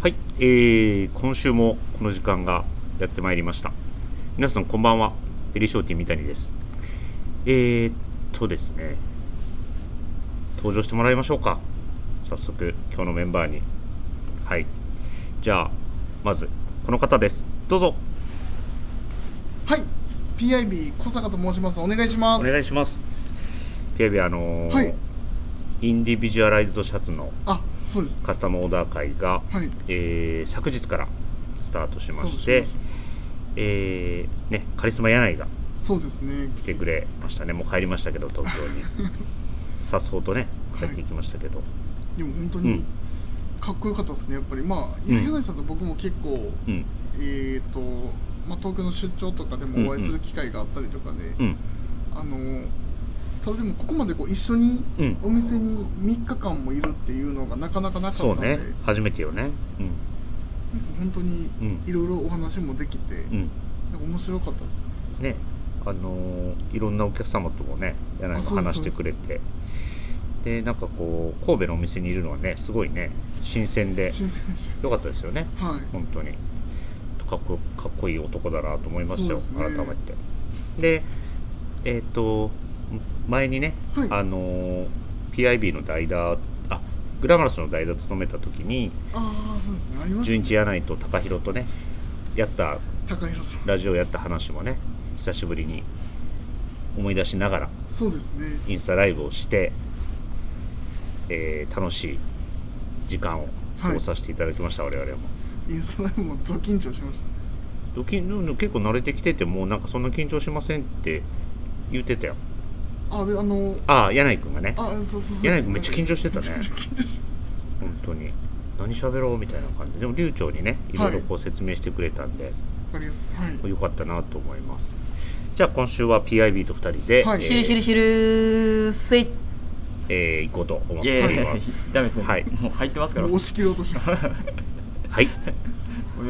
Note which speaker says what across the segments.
Speaker 1: はい、えー、今週もこの時間がやってまいりました。皆さんこんばんは、ベリーショーティー三谷です。えー、っとですね、登場してもらいましょうか。早速、今日のメンバーに。はい。じゃあ、まず、この方です。どうぞ、
Speaker 2: はい、PIB 小坂と申します。お願いしま
Speaker 1: お
Speaker 2: す。
Speaker 1: 願いします。ピアビア、あのー
Speaker 2: はい
Speaker 1: インディビジュアライズドシャツの
Speaker 2: あ、そうです。
Speaker 1: カスタムオーダー会が、
Speaker 2: はい、
Speaker 1: えー昨日からスタートしまし
Speaker 2: そう
Speaker 1: て
Speaker 2: で、す
Speaker 1: えーね、カリスマ柳井が
Speaker 2: そうですね。
Speaker 1: 来てくれましたねもう帰りましたけど東京に さっそうとね帰ってきましたけど、
Speaker 2: でも本当
Speaker 1: う
Speaker 2: に
Speaker 1: ん
Speaker 2: かっこよかったですね。やっぱりまあ、
Speaker 1: うん
Speaker 2: 柳井さんと僕も結構、
Speaker 1: うん
Speaker 2: えっ、と、まあ東京の出張とかでもお会いする機会があったりとかで、
Speaker 1: うん
Speaker 2: あの。ただでもここまでこう一緒に
Speaker 1: うん
Speaker 2: お店に3日間もいるっていうのがなかなかなかった
Speaker 1: そ
Speaker 2: の
Speaker 1: う
Speaker 2: で、
Speaker 1: ね初めてよね
Speaker 2: なんか本当に
Speaker 1: うんうん
Speaker 2: いろいろお話もできて、
Speaker 1: うん
Speaker 2: なんか面白かったですね。
Speaker 1: ねあのーいろんなお客様ともね柳
Speaker 2: あ
Speaker 1: 井
Speaker 2: そ
Speaker 1: も
Speaker 2: うです
Speaker 1: 話してくれてでなんかこう神戸のお店にいるのはねすごいね新鮮で
Speaker 2: 新鮮でし
Speaker 1: よかったですよね
Speaker 2: た。はい。
Speaker 1: 本当にかっこかっこいい男だなと思いますよ、
Speaker 2: そう
Speaker 1: 改
Speaker 2: ですね
Speaker 1: めてでえっ、と前にね、
Speaker 2: はい
Speaker 1: あのー PIB の代打あグラマラスの代打務めた時に
Speaker 2: ああ、そうですね。ありました
Speaker 1: 純
Speaker 2: ね。
Speaker 1: 一柳と高弘とねやった
Speaker 2: 高弘さん。
Speaker 1: ラジオやった話もね久しぶりに思い出しながら
Speaker 2: そうですね。
Speaker 1: インスタライブをして、えー楽しい時間を過ごさせていただきました、我々も。
Speaker 2: インスタライブもド緊張しまし
Speaker 1: ドキン結構慣れてきててもうなんかそんな緊張しませんって言ってたよ
Speaker 2: た。あ、で、あの、
Speaker 1: ああ柳井君がね
Speaker 2: あ、そうそうそう。
Speaker 1: 柳井君めっちゃ緊張してたね
Speaker 2: めっちゃ緊張し
Speaker 1: 本当に何喋ろうみたいな感じでも流暢にねいろいろこう説明してくれたんで、
Speaker 2: わかります。はい。
Speaker 1: 良かったなと思いますじゃあ今週は PIB と2人で、
Speaker 2: はい
Speaker 1: えー
Speaker 3: シルシルシルせい
Speaker 1: えー行こうと思っ
Speaker 3: イ
Speaker 1: て
Speaker 3: エ
Speaker 1: お
Speaker 3: ー
Speaker 1: り
Speaker 3: イ
Speaker 1: ます
Speaker 3: ダメですね、
Speaker 1: はい
Speaker 3: もう入ってますから
Speaker 2: もう押し切ろうとします。は
Speaker 1: はい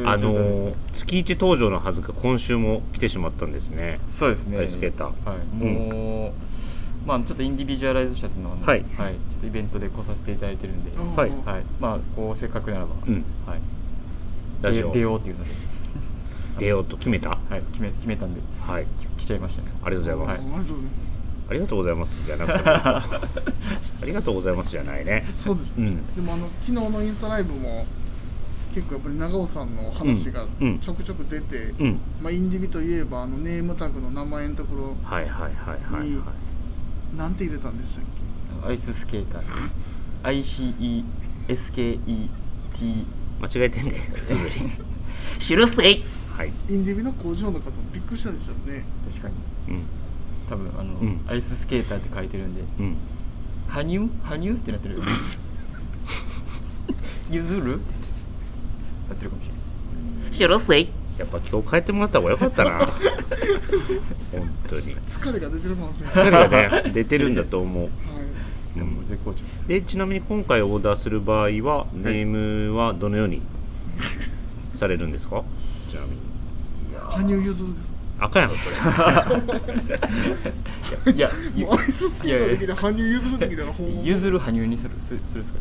Speaker 1: あ
Speaker 3: ちょっとダメで
Speaker 1: のー
Speaker 3: すね
Speaker 1: 月1登場のはずが今週も来てしまったんですね
Speaker 3: そうですね
Speaker 1: アイスケーター
Speaker 3: はいもう、まあちょっとインディビジュアライズシャツのあの
Speaker 1: はい
Speaker 3: ちょっとイベントで来させていただいてるんで、
Speaker 1: はい
Speaker 3: はいまあこうせっかくならば、
Speaker 1: うん
Speaker 3: はい
Speaker 1: ラジ
Speaker 3: で
Speaker 1: オ
Speaker 3: 出ようっていうので、
Speaker 1: 出ようと決めた
Speaker 3: はい、決め決めたんで
Speaker 1: はい
Speaker 3: き来ちゃいましたね
Speaker 1: ありがとうございま
Speaker 2: あ
Speaker 1: す、
Speaker 2: りがとうございま
Speaker 1: ありがとうございますじゃなくても ありがとうございますじゃないね
Speaker 2: す。そうです
Speaker 1: う
Speaker 2: ね。
Speaker 1: ん
Speaker 2: でも、あの、昨日のインスタライブも。結構やっぱり長尾さんの話が
Speaker 1: うんうん
Speaker 2: ちょくちょく出て、
Speaker 1: うん
Speaker 2: まあ、インディビといえばあのネームタグの名前のところ
Speaker 1: はいはいはいはい
Speaker 2: いい
Speaker 1: は
Speaker 2: なんて入れたんでしたっけ
Speaker 3: アイススケーター ICESKET
Speaker 1: い間違えてんね つぶり
Speaker 3: シルせい
Speaker 1: はい、
Speaker 2: インディビの工場の方もびっくりしたでしょうね
Speaker 3: 確かに
Speaker 1: うん
Speaker 3: 多分あの、
Speaker 1: うん
Speaker 3: アイススケーターって書いてるんで
Speaker 1: うん、
Speaker 3: 羽生羽生ってなってる譲るなってるかもしれないですシロスイ
Speaker 1: やっぱ今日変えてもらった方が良か ったな本当に
Speaker 2: 疲れが出てるかもしれない、
Speaker 1: 疲れがね出てるんだと思う、
Speaker 2: はい、
Speaker 1: う
Speaker 3: もうん絶好調です
Speaker 1: でちなみに今回オーダーする場合はネームはどのようにされるんですかちなみに
Speaker 2: 羽生結弦です
Speaker 1: あかんやろそれ
Speaker 3: いやいや
Speaker 2: もうアイススケートの時で羽生結弦の時だからほんまも
Speaker 3: 譲る羽生にするすするっすか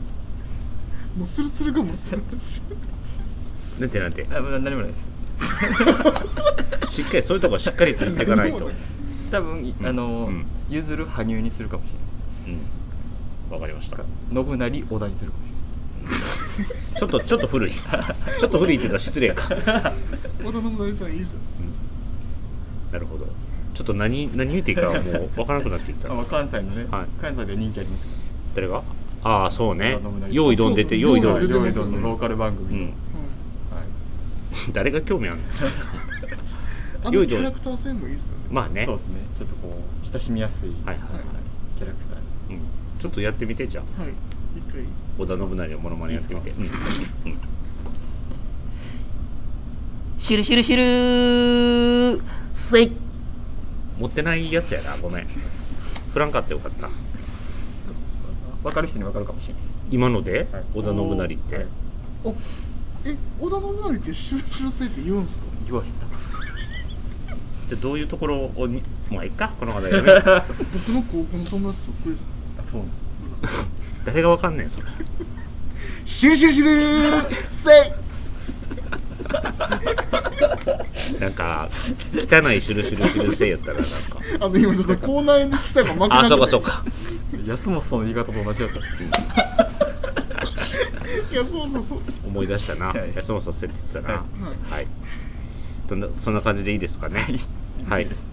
Speaker 2: うスルスルかもスルスル
Speaker 1: なんてなんて
Speaker 3: あな何もないです
Speaker 1: しっかりそういうとこはしっかりと言っていかないと
Speaker 3: 多分
Speaker 1: うん
Speaker 3: あの、
Speaker 1: うん
Speaker 3: 譲る羽生にするかもしれないです
Speaker 1: うんわかりました
Speaker 3: か信成織田にするかもしれないです
Speaker 1: ちょっとちょっと古いちょっと古いって言ったら失礼か
Speaker 2: 渡辺成さんいいですよ
Speaker 1: なるほどちょっと何何言っていいかもう分からなくなって きた
Speaker 3: あ、まあ、関西のね、
Speaker 1: はい
Speaker 3: 関西で人気ありますか
Speaker 1: 誰がああそうね
Speaker 3: 信成
Speaker 1: 用意どん出て
Speaker 2: そうそ
Speaker 1: 用
Speaker 2: う
Speaker 1: 意ど
Speaker 3: ら
Speaker 1: ん
Speaker 2: 出て
Speaker 3: 料
Speaker 2: ま
Speaker 3: 理
Speaker 2: すよ
Speaker 3: の
Speaker 2: ね
Speaker 3: ローカル番組
Speaker 1: う
Speaker 3: の
Speaker 1: ん、
Speaker 3: はい
Speaker 1: 誰が興味あるの
Speaker 2: あのキ
Speaker 1: 良いと
Speaker 2: ャラクター線もいいですよね
Speaker 1: まあね
Speaker 3: そうですねちょっとこう親しみやす
Speaker 1: は
Speaker 3: い
Speaker 1: いはいはい、
Speaker 3: キャラクター、
Speaker 1: うん、ちょっとやってみてじゃあ
Speaker 2: はい一回
Speaker 1: 織田信成をモノマネやってみて
Speaker 3: いい
Speaker 1: うんうん
Speaker 3: シルシルシルせい
Speaker 1: 持ってないやつやなごめんフランカってよかった
Speaker 3: 分かる人に分かるかもしれないです
Speaker 1: 今ので
Speaker 3: はい
Speaker 1: 織田信成って、
Speaker 3: はい
Speaker 2: おえ織田信成ってシュルシュル線って言うんですか
Speaker 3: 言わへんだ
Speaker 1: でどういうところをにまあいっかこの話題やめ
Speaker 2: 僕の高校の友達そっくりで
Speaker 3: あそうな
Speaker 1: 誰がわかんねんそれ
Speaker 2: すシュルシュルシュルせい
Speaker 1: なんか汚いシュルシュルシュルせいやったらなんか
Speaker 2: あの今ちょっと口内炎したが負けな
Speaker 1: あ
Speaker 2: くて
Speaker 1: そうかそうか
Speaker 3: 安本さんの言い方と同じだった
Speaker 2: いやそうそうそう
Speaker 1: 思い出したな
Speaker 3: はい
Speaker 1: 安本さんそうやって言ってたな
Speaker 3: は
Speaker 1: はいどんなそんな感じでいいですかねはい
Speaker 3: いいです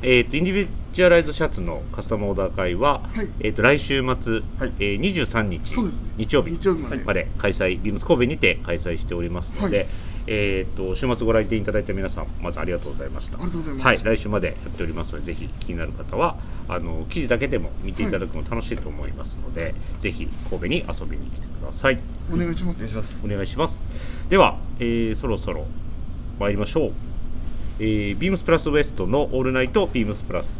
Speaker 1: えー、とインディビジュアライズシャツのカスタムオーダー会は、
Speaker 2: はい
Speaker 1: えー、と来週末、
Speaker 3: い
Speaker 1: えー、23日、
Speaker 2: そうですね
Speaker 1: 日曜日
Speaker 2: 日曜日まで
Speaker 1: まで開催ビームス神戸にて開催しておりますので、
Speaker 2: はい
Speaker 1: えー、と週末ご来店いただいた皆さんまずありがとうございました
Speaker 2: ありがとうございました
Speaker 1: はい、来週までやっておりますのでぜひ気になる方はあの記事だけでも見ていただくのも楽しいと思いますので、ぜひ神戸に遊びに来てください
Speaker 2: お願いしま
Speaker 3: お
Speaker 2: す
Speaker 3: 願いします
Speaker 1: お願いしますでは、えーそろそろ参りましょう、えー、ビームスプラスウエストの「オールナイトビームスプラス」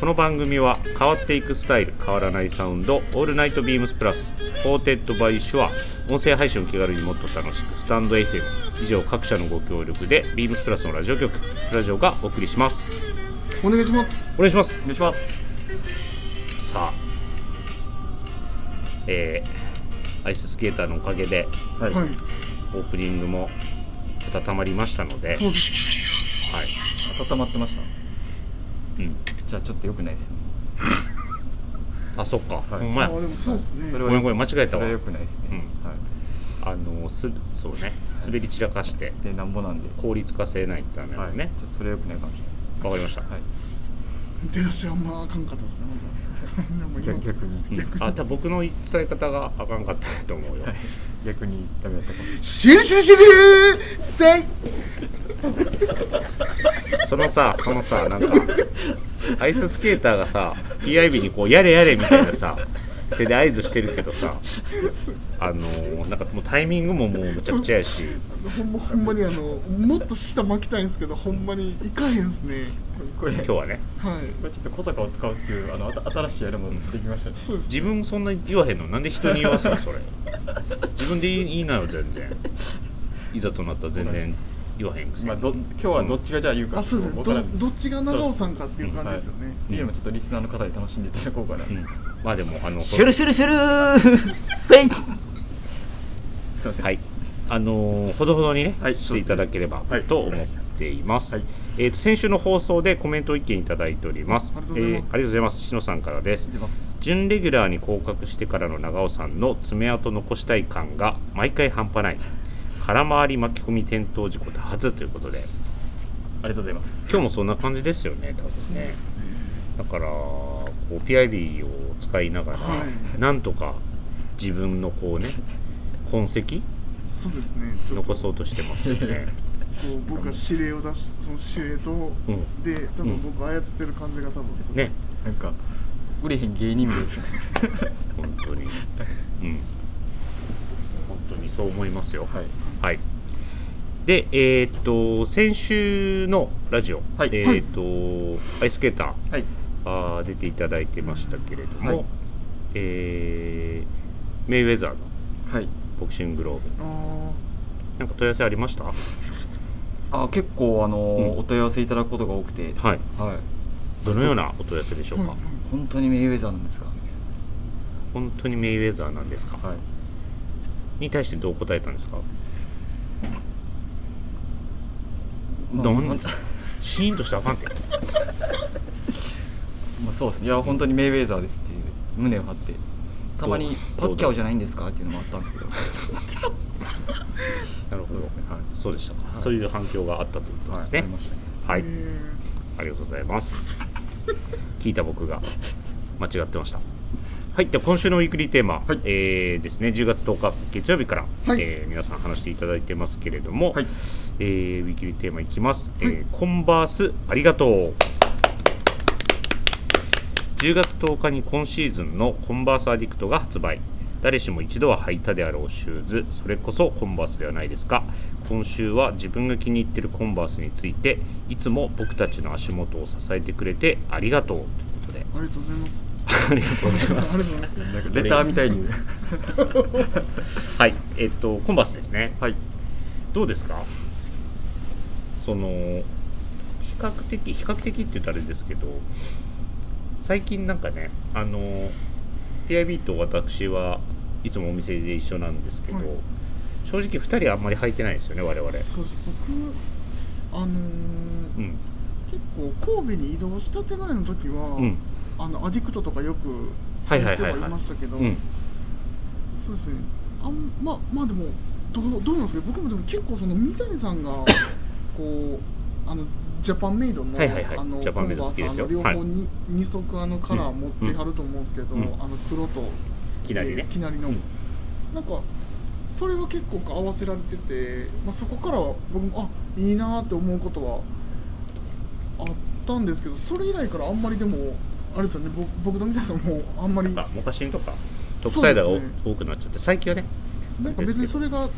Speaker 1: この番組は変わっていくスタイル変わらないサウンド「オールナイトビームスプラス」スポーテッドバイシュア音声配信を気軽にもっと楽しくスタンド FM 以上各社のご協力でビームスプラスのラジオ局ラジオがお送りします
Speaker 2: お願いします
Speaker 1: お願いします
Speaker 3: お願いします
Speaker 1: さあ、えーアイススケーターのおかげで
Speaker 3: は
Speaker 2: はい
Speaker 1: オープニングも温まりましたので、
Speaker 2: そうです
Speaker 1: はい
Speaker 3: 温まってました
Speaker 1: うん、
Speaker 3: じゃあちょっと良くないですね
Speaker 1: あそっか、
Speaker 3: はい
Speaker 1: ほん
Speaker 2: あ
Speaker 1: ま
Speaker 2: あ
Speaker 1: や
Speaker 2: でもそうですね
Speaker 3: それ
Speaker 1: ご
Speaker 3: は
Speaker 1: めんごめん間違えた
Speaker 3: そ
Speaker 1: わ
Speaker 3: れは良くないですね、
Speaker 1: うん
Speaker 3: はい
Speaker 1: あのすそうね滑り散らかして
Speaker 3: でなんぼなんで、
Speaker 1: 効率化せないための
Speaker 3: はい
Speaker 1: ね
Speaker 3: ちょっとそれは良くないかもしれないです
Speaker 1: わ、かりました、
Speaker 3: はい
Speaker 2: 出だしあんまあかんかったですねほんま でも
Speaker 3: 逆
Speaker 2: 今
Speaker 3: 逆に
Speaker 1: うんあ多分僕の伝え方があかんかったと思うよ、
Speaker 3: はい逆にダメだったかもし
Speaker 2: シルシルシルせい
Speaker 1: そのさそのさなんかアイススケーターがさ PIB にこうやれやれみたいなさ手で合図してるけどさあのー、なんかもうタイミングももうむちゃくちゃやし
Speaker 2: ほんまほんまにあのもっと下巻きたいんですけどほんまにいかへんですね
Speaker 3: れないこれ
Speaker 1: 今日はね
Speaker 2: はい
Speaker 3: これちょっと小坂を使うっていうあのあた新しいやりもできましたね、
Speaker 2: そうです
Speaker 1: 自分そんなに言わへんのなんで人に言わすのそれ自分で言い言いなよ全然いざとなったら全然言わへんくせに、
Speaker 3: まあ、ど今日はどっちがじゃあ言うか
Speaker 2: あそうですね
Speaker 3: わから
Speaker 2: ど
Speaker 3: ん
Speaker 2: どっちが長尾さんかっていう感じですよね、
Speaker 3: っていうのもちょっとリスナーの方で楽しんでいただこうか な、
Speaker 1: うんまあでもあの
Speaker 3: シュルシュルシュルーせいすいません
Speaker 1: はい、あのーほどほどにね、
Speaker 3: はい
Speaker 1: していただければ
Speaker 3: はい
Speaker 1: と思っています。
Speaker 3: はい
Speaker 1: えーと先週の放送でコメントを意見いただいております。
Speaker 2: ありがとうございま
Speaker 1: えーあ
Speaker 2: す
Speaker 1: りがとうございます。篠さんからです
Speaker 3: い。きます
Speaker 1: 準レギュラーに降格してからの長尾さんの爪痕残したい感が毎回半端ない。空回り巻き込み転倒事故多発ということで、
Speaker 3: ありがとうございます
Speaker 1: 今日もそんな感じですよね、多分ね。だから、こう PIB を使いながら、
Speaker 2: はい
Speaker 1: なんとか自分のこうね、痕跡
Speaker 2: そうですねちょっと
Speaker 1: 残そうとしてますよね。
Speaker 2: こう僕は指令を出しその指令と、
Speaker 1: うん
Speaker 2: で多
Speaker 1: うん
Speaker 2: 分僕操ってる感じが多分すごい
Speaker 1: ね、
Speaker 3: なんか売れへん芸人名 ですね
Speaker 1: 本当に。うん。本当にそう思いますよ。
Speaker 3: はい
Speaker 1: はい。で、えーっと、先週のラジオ、
Speaker 3: はい
Speaker 1: えーっと、アイススケータ
Speaker 3: はい
Speaker 1: ーあー出ていただいてましたけれども、
Speaker 3: はい
Speaker 1: えーメイウェザーの
Speaker 3: はい
Speaker 1: ボクシンググローブ、
Speaker 2: あー
Speaker 1: なんか問い合わせありましたは
Speaker 3: あ結構あのー
Speaker 1: うん
Speaker 3: お問い合わせいただくことが多くて
Speaker 1: い。
Speaker 3: はい
Speaker 1: どのようなお問い合わせでしょうか、
Speaker 2: はい
Speaker 3: 本当にメイウェザーなんですか
Speaker 1: 本当にメイウェザーなんですか、
Speaker 3: はい
Speaker 1: に対してどう答えたんですか
Speaker 3: まあ
Speaker 1: どん
Speaker 3: まあ
Speaker 1: シーンとしたらあかんて。
Speaker 3: まあ、そうですねいや本当にメイウェザーですっていう胸を張ってたまに「パッキャオじゃないんですか?」っていうのもあったんですけど
Speaker 1: なるほどそ
Speaker 3: そうですねはい。
Speaker 1: うでしたか。
Speaker 3: はい
Speaker 1: そういう反響があったということですね
Speaker 3: あり。ましたね
Speaker 1: はい
Speaker 2: え。ー
Speaker 1: ありがとうございます。聞いた僕が間違ってました。はい、では今週のウィークリーテーマ、
Speaker 3: はい
Speaker 1: えーですね、10月10日月曜日から、
Speaker 2: はい
Speaker 1: えー皆さん話していただいてますけれども、
Speaker 3: はい
Speaker 1: えーウィークリーテーマいきます、えーコンバースありがとう。10月10日に今シーズンのコンバースアディクトが発売誰しも一度は履いたであろうシューズそれこそコンバースではないですか今週は自分が気に入ってるコンバースについていつも僕たちの足元を支えてくれてありがとうということで
Speaker 2: ありがとうございます
Speaker 1: ありがとうございます
Speaker 2: ありがとうございます
Speaker 3: なんかレターみたいに
Speaker 1: はいえっとコンバースですね
Speaker 3: はい
Speaker 1: どうですかその比較的比較的って言うとあれですけど最近なんかねあの PIB と私はいつもお店で一緒なんですけど、
Speaker 2: はい
Speaker 1: 正直2人はあんまり履いてないですよね我々
Speaker 2: そうです僕あのー
Speaker 1: うん
Speaker 2: 結構神戸に移動したてぐらいの時は、
Speaker 1: うん
Speaker 2: あのアディクトとかよく
Speaker 1: は
Speaker 2: や
Speaker 1: いは
Speaker 2: っ
Speaker 1: い
Speaker 2: て
Speaker 1: は
Speaker 2: はいい
Speaker 1: はい
Speaker 2: ましたけど、
Speaker 1: うん
Speaker 2: そうですねあんままあでもどうどうなんですか僕もでも結構その三谷さんが こうあのジャパンメイドの、
Speaker 1: はいはいはい
Speaker 2: あの
Speaker 1: ジャパンメイド好きですよ
Speaker 2: コンバースあの両
Speaker 1: は
Speaker 2: 方
Speaker 1: い
Speaker 2: に、二足あのカラー持ってはると思うんですけど、
Speaker 1: うんうん
Speaker 2: あの黒と
Speaker 1: きなりね
Speaker 2: えーきなりの、
Speaker 1: うん
Speaker 2: なんかそれは結構合わせられてて、まあ、そこからは僕もあいいなーって思うことはあったんですけどそれ以来からあんまりでもあれですよね僕僕と三谷さんもあんまり
Speaker 1: なんか昔とかトップサイダーがお、
Speaker 2: そうですね
Speaker 1: 多くなっちゃって最近はね
Speaker 2: なんか別にそれがいい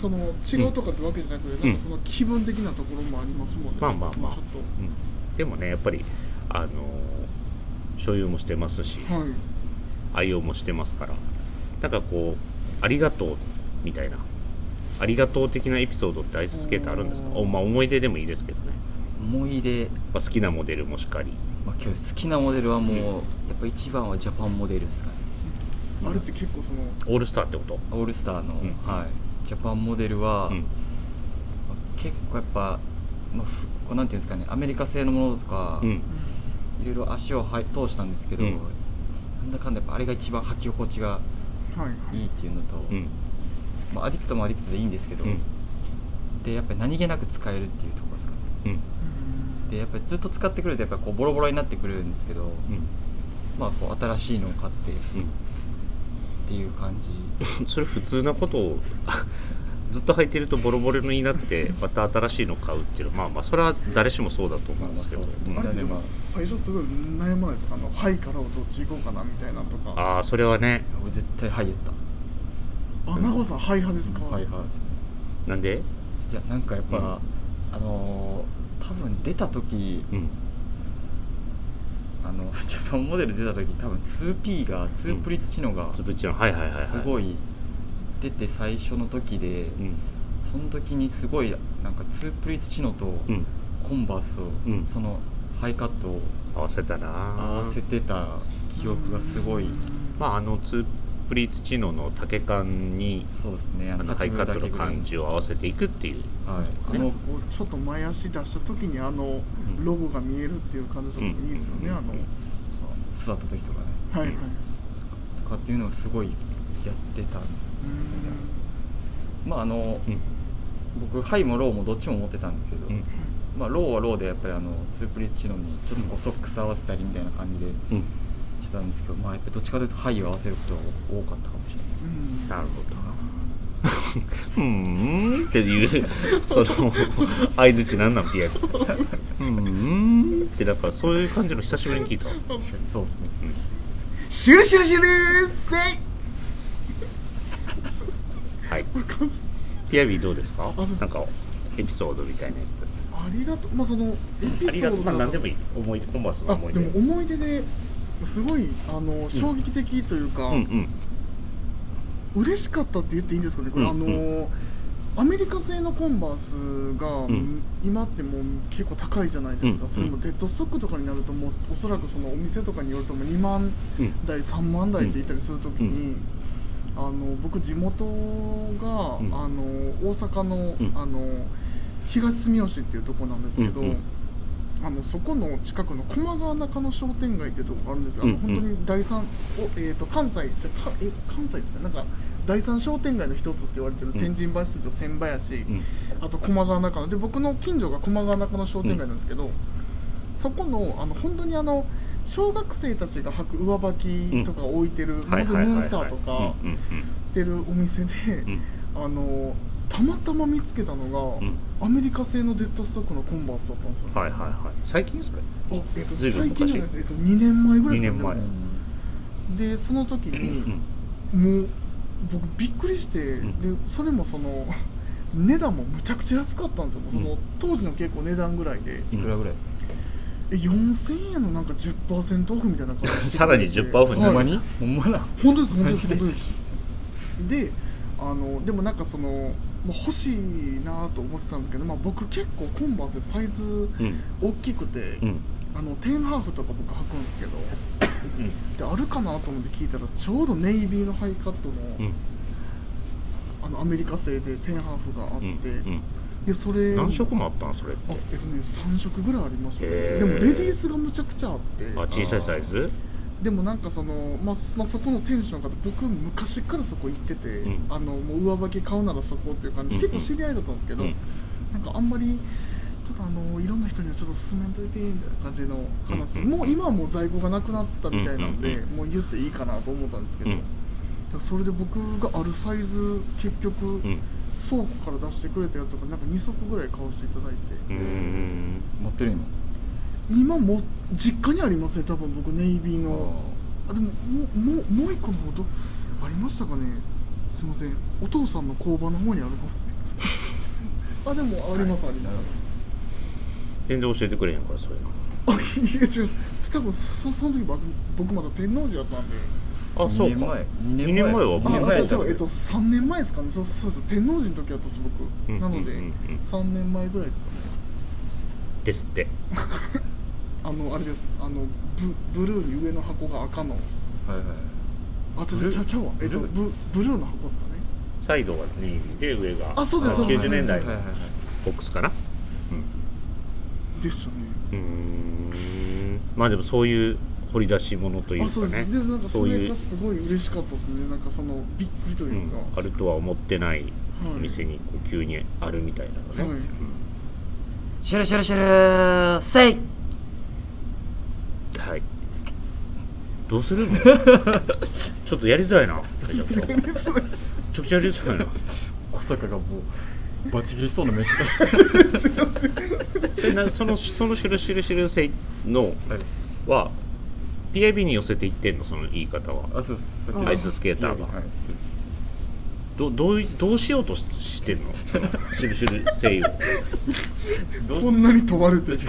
Speaker 2: その違うとかってわけじゃなくて、
Speaker 1: うん
Speaker 2: なんかその気分的なところもありますもんね。
Speaker 1: まあまあまあ
Speaker 2: ちょっ
Speaker 1: うん、でもねやっぱりあのー所有もしてますし
Speaker 2: とはい
Speaker 1: 愛用もしてますからなんかこうありがとうみたいなありがとう的なエピソードってアイススケートあるんですか
Speaker 2: おー
Speaker 1: お、まあ、思い出でもいいですけどね、
Speaker 3: 思い出、
Speaker 1: まあ、好きなモデルもしかり
Speaker 3: まあ、今日好きなモデルはもう、やっぱ一番はジャパンモデルですかね
Speaker 2: あれって結構その
Speaker 1: オールスターってこと
Speaker 3: オールスターの、
Speaker 1: うん
Speaker 3: はい、ジャパンモデルは、
Speaker 1: うん
Speaker 3: まあ結構やっぱ、まあ、ふこうなんていうんですかねアメリカ製のものとか、
Speaker 1: うん
Speaker 3: いろいろ足をはい通したんですけど、
Speaker 1: うん
Speaker 3: なんだかんだやっぱあれが一番履き心地が
Speaker 2: はいはい
Speaker 3: いいっていうのと、
Speaker 1: うん
Speaker 3: まあ、アディクトもアディクトでいいんですけど、
Speaker 1: うん
Speaker 3: でやっぱり何気なく使えるっていうところですかね
Speaker 1: うん
Speaker 2: うん
Speaker 3: でやっぱりずっと使ってくるとやっぱりこうボロボロになってくるんですけど、
Speaker 1: うん
Speaker 3: まあこう新しいのを買ってっていう感じ
Speaker 1: うんそれ普通なことを ずっと履いてるとボロボロにな ってまた新しいの買うっていうのはまあまあそれは誰しもそうだと思うんですけど、
Speaker 3: まあまあそうです
Speaker 1: う
Speaker 3: ね
Speaker 1: ん
Speaker 2: あれってでも最初すごい悩まないですかあの「はい」からをどっち行こうかなみたいなとか
Speaker 1: ああそれはね
Speaker 3: 俺絶対ハイやった
Speaker 2: あなごさん「はい」派ですか、
Speaker 3: ハイ派ですね
Speaker 1: なんで
Speaker 3: いやなんかやっぱ、
Speaker 1: うん
Speaker 3: あのー多分出た時
Speaker 1: うん
Speaker 3: あの ジャパンモデル出た時多分 2P が2プリツ知能が
Speaker 1: つ
Speaker 3: す
Speaker 1: ぶちのはいはいはい、はい、
Speaker 3: ごい出て最初の時で、
Speaker 1: うん
Speaker 3: その時にすごいなんか2プリツ知能と
Speaker 1: うん
Speaker 3: コンバースを、
Speaker 1: うん
Speaker 3: そのハイカットを
Speaker 1: 合わせたな
Speaker 3: 合わせてた記憶がすごい、
Speaker 1: まああのツープリツチノの竹缶に
Speaker 3: そうですね
Speaker 1: あのハイカットの
Speaker 3: ぐらい
Speaker 1: 感じを合わせていくっていう
Speaker 3: はいあ
Speaker 2: なん
Speaker 3: の
Speaker 2: かこうちょっと前足出した時にあの
Speaker 1: うん
Speaker 2: ロゴが見えるっていう感じとかもいいですよね、
Speaker 1: うん
Speaker 2: あの、
Speaker 1: うん
Speaker 3: 座った時とかね
Speaker 2: はいはい、
Speaker 3: とかっていうのをすごいやってたんですねまああの、
Speaker 1: うん
Speaker 3: 僕ハイもローもどっちも持ってたんですけど、
Speaker 1: うん
Speaker 3: まあ、ローはローでやっぱりあのツープリスチノにちょっとこ
Speaker 1: うん
Speaker 3: うソックス合わせたりみたいな感じで
Speaker 1: うん
Speaker 3: してたんですけど、まあやっぱりどっちかというとハイを合わせることが多かったかもしれないです、
Speaker 2: う
Speaker 3: ね
Speaker 2: ん
Speaker 1: なるほどうーんっていうその相づちなんなんピアノうーんってなんかそういう感じの久しぶりに聞いた
Speaker 3: そうですね
Speaker 2: シュルシュルシュルーせい
Speaker 1: はいピアビーどうですか
Speaker 2: そうです
Speaker 1: なんかエピソードみたいなやつ
Speaker 2: ありがとうまあそのエピソード
Speaker 1: ありがとうまあ
Speaker 2: だ
Speaker 1: 何でもいい思い出コンバースの
Speaker 2: あ
Speaker 1: 思い
Speaker 2: で
Speaker 1: 出
Speaker 2: も思い出ですごいあの衝撃的というか、
Speaker 1: うんうん
Speaker 2: 嬉しかったって言っていいんですかねこれ、
Speaker 1: うん
Speaker 2: あのアメリカ製のコンバースが、
Speaker 1: ん
Speaker 2: 今ってもう結構高いじゃないですか、
Speaker 1: うん
Speaker 2: それもデッドストックとかになるともうおそらくそのお店とかによるともう2万
Speaker 1: うん
Speaker 2: 台3万台って言ったりするときに、あの僕地元が、
Speaker 1: ん
Speaker 2: あの大阪の,、
Speaker 1: ん
Speaker 2: あの東住吉っていうとこなんですけど、
Speaker 1: うんうん
Speaker 2: あのそこの近くの駒川中の商店街っていうとこがあるんですよ、
Speaker 1: うんうん
Speaker 2: あの本当に第三お、えー、と関西じゃかえ関西ですかなんか第三商店街の一つって言われて
Speaker 1: う
Speaker 2: る
Speaker 1: ん
Speaker 2: 天神橋筋と千林、
Speaker 1: うん
Speaker 2: あと駒川中野で僕の近所が駒川中野商店街なんですけど、そこのあの本当にあの小学生たちが履く上履きとか置いてる、
Speaker 1: はいは
Speaker 2: 本当
Speaker 1: いはいはい
Speaker 2: にムーンスターとか売
Speaker 1: うん
Speaker 2: ってるお店で、
Speaker 1: うんうん
Speaker 2: あのたまたま見つけたの
Speaker 1: う
Speaker 2: が、
Speaker 1: ん
Speaker 2: アメリカ製のデッドストックのコンバースだったんですよ、
Speaker 1: はいはいはい最近それ
Speaker 2: おえっと
Speaker 1: ずいぶん
Speaker 2: 最
Speaker 1: 昔
Speaker 2: 近じゃないです、えっと、2年前ぐらいです
Speaker 1: 二年
Speaker 2: か
Speaker 1: 前
Speaker 2: ねでその時
Speaker 1: う
Speaker 2: に
Speaker 1: ん
Speaker 2: もう僕びっくりして、
Speaker 1: ん
Speaker 2: でそれもその 値段もむちゃくちゃ安かったんですよもうその、
Speaker 1: うん
Speaker 2: 当時の結構値段ぐらいで
Speaker 3: いくらぐらい、
Speaker 2: え4000円のなんか10%オフみたいな感じで
Speaker 1: さらに10%オフに
Speaker 2: は
Speaker 1: ないる
Speaker 3: ほんまにほんまな
Speaker 2: 本当です本当です本当ですであのでもなんかその、まあ、欲しいなと思ってたんですけど、まあ、僕結構コンバースでサイズ
Speaker 1: うん
Speaker 2: 大きくて、
Speaker 1: うん
Speaker 2: あのテンハーフとか僕履くんですけどであるかなと思って聞いたらちょうどネイビーのハイカットの,、
Speaker 1: うん
Speaker 2: あのアメリカ製でテンハーフがあっ
Speaker 1: う
Speaker 2: て、
Speaker 1: んうん
Speaker 2: でそれ
Speaker 1: 何色もあったんそれって
Speaker 2: あえっとね3色ぐらいありましたね
Speaker 1: へー
Speaker 2: でもレディースがむちゃくちゃあって
Speaker 1: あ小さいサイズ
Speaker 2: でもなんかその、まあすまあ、そこのテンションが僕昔からそこ行ってて、
Speaker 1: うん
Speaker 2: あのもう上履き買うならそこっていう感じ
Speaker 1: うん
Speaker 2: 結構知り合いだったんですけど、
Speaker 1: うん
Speaker 2: なんかあんまりちょっとあのいろんな人にはちょっと勧めんといてみたいな感じの話、
Speaker 1: うんうん
Speaker 2: もう今はもう在庫がなくなったみたいなんで、
Speaker 1: うんうん
Speaker 2: もう言っていいかなと思ったんですけ
Speaker 1: う
Speaker 2: ど、
Speaker 1: ん
Speaker 2: だからそれで僕があるサイズ結局、
Speaker 1: うん
Speaker 2: 倉庫から出してくれたやつがなんか2足ぐらい買わせていただいて、
Speaker 1: うーん
Speaker 3: 持ってる今
Speaker 2: 今も実家にありますね多分僕ネイビーの。あでももうもうもう一個のことありましたかねすいませんお父さんの工場の方にあるかもしれないですあでもありますあります
Speaker 1: 全然教えてくれへんからそれ
Speaker 2: あいや違います多分そその時僕僕まだ天王寺やったんで
Speaker 1: あそうか
Speaker 3: 2年前
Speaker 1: 二年前は
Speaker 3: 2
Speaker 1: 僕
Speaker 3: 年
Speaker 2: あ
Speaker 3: 前
Speaker 2: あ違
Speaker 3: やっ
Speaker 2: う
Speaker 3: た
Speaker 2: 違うえっと3年前ですかねそうそうです天王寺の時やったんです僕、
Speaker 1: うん
Speaker 2: なので、
Speaker 1: うんうんうん
Speaker 2: 3年前ぐらいですかね
Speaker 1: ですって
Speaker 2: あのあれですあのブブルーに上の箱が赤の
Speaker 3: はいはい
Speaker 2: あ違う違う違うちゃうわえっと
Speaker 3: ブル
Speaker 2: ブブルーの箱ですかね
Speaker 1: サイドがネイビーで上が
Speaker 2: あそうですそうです
Speaker 1: 90年代
Speaker 3: はい
Speaker 1: の
Speaker 3: はいはい
Speaker 1: ボックスかな
Speaker 2: でしたね
Speaker 1: うんうーんまあでもそういう掘り出し物という
Speaker 2: あ
Speaker 1: か
Speaker 2: そうで
Speaker 1: ね
Speaker 2: すでなんか
Speaker 1: そ
Speaker 2: そうれ
Speaker 1: いう
Speaker 2: がすごい嬉しかったですねなんかそのびっくりと
Speaker 1: う
Speaker 2: いうんか、
Speaker 1: あるとは思ってない
Speaker 2: はい
Speaker 1: お店にこう急にあるみたいなのね、
Speaker 2: はい
Speaker 1: うん
Speaker 3: シュルシュルシュルせい
Speaker 1: はいどうするのちょっとやりづらいなめちゃくちゃめち
Speaker 2: でそれ
Speaker 1: ゃくちゃやりづらいな
Speaker 3: 小坂がもうバチ切りしそうな飯だ
Speaker 1: でなそのそのシュルシュルシュル性の
Speaker 3: はい
Speaker 1: は PIB に寄せていってんのその言い方は
Speaker 3: あそうです
Speaker 2: アイス
Speaker 1: スケーターが
Speaker 3: はいそうです
Speaker 1: どどういどうしようとししてんのそのシュルシュル性を
Speaker 3: どう
Speaker 2: こんなに問われて
Speaker 3: こ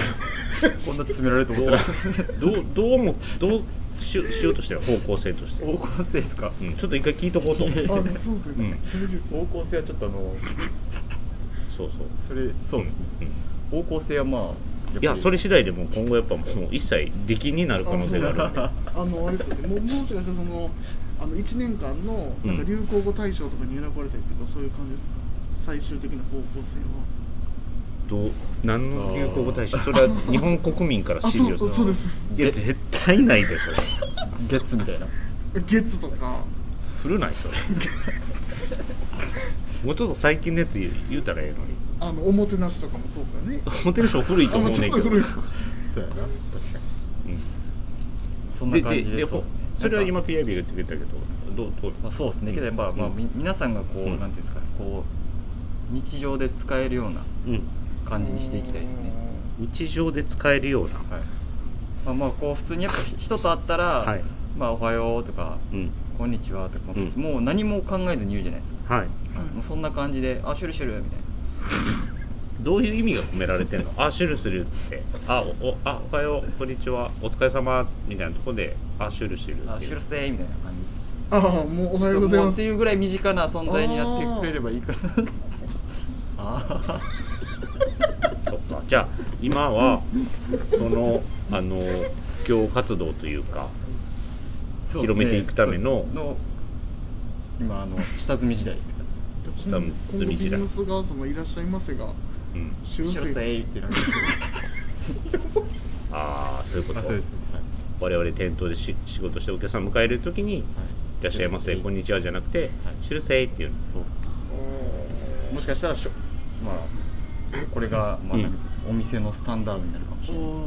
Speaker 3: んな詰められると思ってなかったですね
Speaker 1: どうどうもどうしよしようとしてる方向性として、
Speaker 3: 方向性ですか
Speaker 1: うん、ちょっと一回聞いとこうと思って
Speaker 2: あで そうですよね、大事ですよ
Speaker 3: 方向性はちょっとあの
Speaker 1: そうそう
Speaker 3: それそうですね
Speaker 1: うんうん
Speaker 3: 方向性はまあやっぱり
Speaker 1: いやそれ次第でもう今後やっぱもう一切出禁になる可能性があるんで
Speaker 2: あのあれですよねもうもしかしたらそのあの1年間のなんか流行語大賞とかに選ばれたりとか、そういう感じですか最終的な方向性
Speaker 1: どう何の流行語大賞それは日本国民から
Speaker 2: は
Speaker 1: 支持を
Speaker 2: あ
Speaker 1: す
Speaker 2: そ
Speaker 1: る
Speaker 2: うそうです
Speaker 1: いや絶対ないでそれ
Speaker 3: ゲッツみたいな
Speaker 2: ゲッツとか
Speaker 1: 古ないそれもうちょっと最近のやつ言う言うたらええのに
Speaker 2: あのおもてなしとかもそうですよね
Speaker 1: モテる人古いと
Speaker 2: あ
Speaker 1: 思
Speaker 2: も
Speaker 1: う
Speaker 2: うちょ
Speaker 1: ね
Speaker 2: っ
Speaker 1: ん
Speaker 2: と
Speaker 1: けど
Speaker 2: 古い
Speaker 3: そうやな確か
Speaker 1: うん
Speaker 3: にそんな感じでそう
Speaker 1: ほ
Speaker 3: ですね
Speaker 1: それは
Speaker 3: なん
Speaker 1: 今
Speaker 3: か
Speaker 1: PIB が言ってくれたけどどうどう
Speaker 3: まあそうですねけどやっぱまあみ皆さんがこうなんていうんですかねこう日常で使えるような
Speaker 1: うん
Speaker 3: 感じにしていきたいですね
Speaker 1: 日常で使えるような
Speaker 3: はいまあまあこう普通にやっぱ人と会ったら
Speaker 1: はい
Speaker 3: まあおはようとか
Speaker 1: うん
Speaker 3: こんにちはとか、まあ
Speaker 1: うん
Speaker 3: 普通もう何も考えずに言うじゃないですか、
Speaker 1: はい
Speaker 2: うん
Speaker 3: もうそんな感じで「あシュルシュル」みたいな
Speaker 1: どういう意味が込められてんのあシュルするってあおおあおはようこんにちはお疲れ様みたいなとこであシュルシュル
Speaker 3: 「
Speaker 1: っ
Speaker 3: あ
Speaker 1: て
Speaker 3: シ
Speaker 1: い
Speaker 3: ュ
Speaker 1: う
Speaker 3: ルせー」みたいな感じです
Speaker 2: ああもうおはようござい
Speaker 3: そうも
Speaker 2: ま
Speaker 3: うっ
Speaker 2: す
Speaker 3: ていうぐらい身近な存在になってくれればいいかな ああ
Speaker 1: そっかじゃあ今はそのあの布教活動というか
Speaker 3: そうですね
Speaker 1: 広めていくための
Speaker 3: そうの今 あの下積み時代って感じです
Speaker 1: 下積み時代
Speaker 2: 今後ビームスがそのいらっしゃいませが
Speaker 1: うん
Speaker 2: 修
Speaker 3: シュルせーってなるんですよ
Speaker 1: ああそういうこ
Speaker 3: あ
Speaker 1: と
Speaker 3: そうですはい、
Speaker 1: 我々店頭でし仕事してお客さん迎える時に
Speaker 3: はい
Speaker 1: 「いらっしゃいませこんにちは」じゃなくて「シュルセイ」っていうの
Speaker 3: そうです
Speaker 2: ああ
Speaker 3: もしかしたらしょまあこれが、まあ、
Speaker 1: うん
Speaker 3: なんていうんですかお店のスタンダードになるかもしれないです
Speaker 2: ああ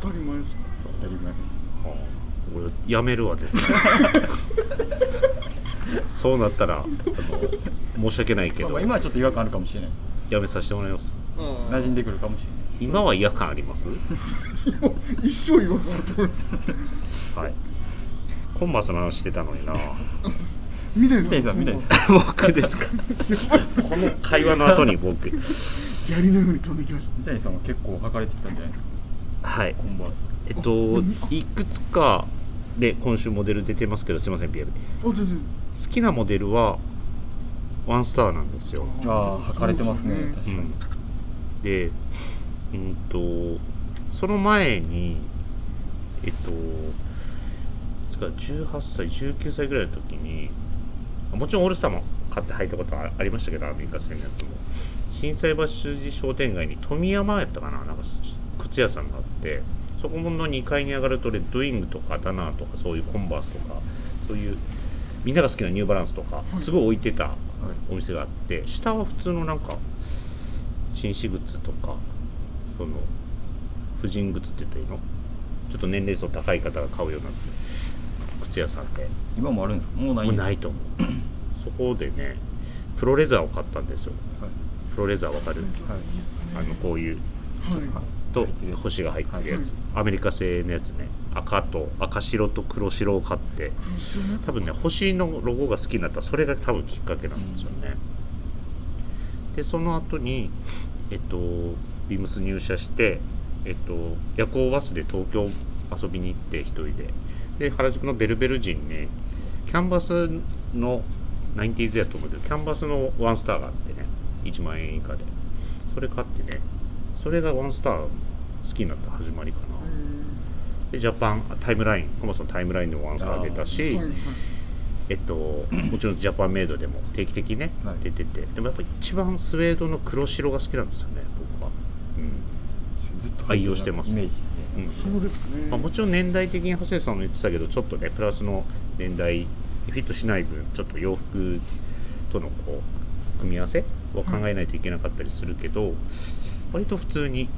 Speaker 2: 当たり前ですか
Speaker 3: そう当たり前です
Speaker 1: 俺やめるわ絶対 そうなったらあの申し訳ないけ
Speaker 3: まあま
Speaker 1: ど
Speaker 3: あ今はちょっと違和感あるかもしれないです
Speaker 1: やめさせてもらいます
Speaker 2: ああ
Speaker 3: 馴染んでくるかもしれないです
Speaker 1: 今は違和感あります
Speaker 2: 一生違和感あると思います
Speaker 1: はいコンバースの話してたのにな
Speaker 2: 三谷さん
Speaker 3: 三谷さん三谷 さ
Speaker 1: 僕ですか この会話の後に僕
Speaker 2: ん槍のように飛んできまし
Speaker 3: 三谷さんは結構履かれてきたんじゃないですか
Speaker 1: はい
Speaker 3: コンバース
Speaker 1: えっといくつかで今週モデル出てますけどすいませんピエール
Speaker 2: たあ全然
Speaker 1: 好きなモデルはワンスターなんですよ
Speaker 3: ああ履かれてますね
Speaker 2: そうです
Speaker 3: 確かに、
Speaker 1: うんでうんとその前にえっとか18歳19歳ぐらいの時にもちろんオールスターも買って入ったことはありましたけどアメリカ戦のやつも心斎橋筋商店街に富山やったかななんか靴屋さんがあってそこの2階に上がるとレッドウィングとかダナーとかそういうコンバースとかそういうみんなが好きなニューバランスとかすごい置いてたお店があって下は普通のなんか紳士靴とかその婦人靴って言ったらいいのちょっと年齢層高い方が買うような靴屋さんで
Speaker 3: 今もあるんですかもうない
Speaker 1: もうん
Speaker 3: ですか
Speaker 1: ないと思うそこでねプロレザーを買ったんですよプロレザーわかる
Speaker 2: はいいいっすね
Speaker 1: あのこういう
Speaker 2: はい
Speaker 3: はい
Speaker 1: と
Speaker 3: 入ってるやつ
Speaker 1: 星が入ってるやつ、
Speaker 2: は
Speaker 1: アメリカ製のやつね赤と赤白と黒白を買って
Speaker 2: 黒潮のやつ
Speaker 1: 多分ね星のロゴが好きになったそれが多分きっかけなんですよね、でその後にえっとビームス入社してえっと夜行バスで東京遊びに行って一人でで原宿のベルベル人にキャンバスの 90s やと思うけどキャンバスのワンスターがあってね1万円以下でそれ買ってねそれがワンスター好きになった始まりかな、
Speaker 2: えー
Speaker 1: でジャパンタイムラインコマソンタイムラインでもワンスター出たし、
Speaker 2: はいはい
Speaker 1: えっと、もちろんジャパンメイドでも定期的にね、
Speaker 3: はい
Speaker 1: 出ててでもやっぱ一番スウェードの黒白が好きなんですよね僕は、
Speaker 3: ずっと
Speaker 1: 愛用してます
Speaker 3: イメージですね、
Speaker 1: うん
Speaker 2: そうですね
Speaker 1: うんまあ、もちろん年代的に長谷さんも言ってたけどちょっとねプラスの年代フィットしない分ちょっと洋服とのこう組み合わせを考えないといけなかったりするけど、割と普通に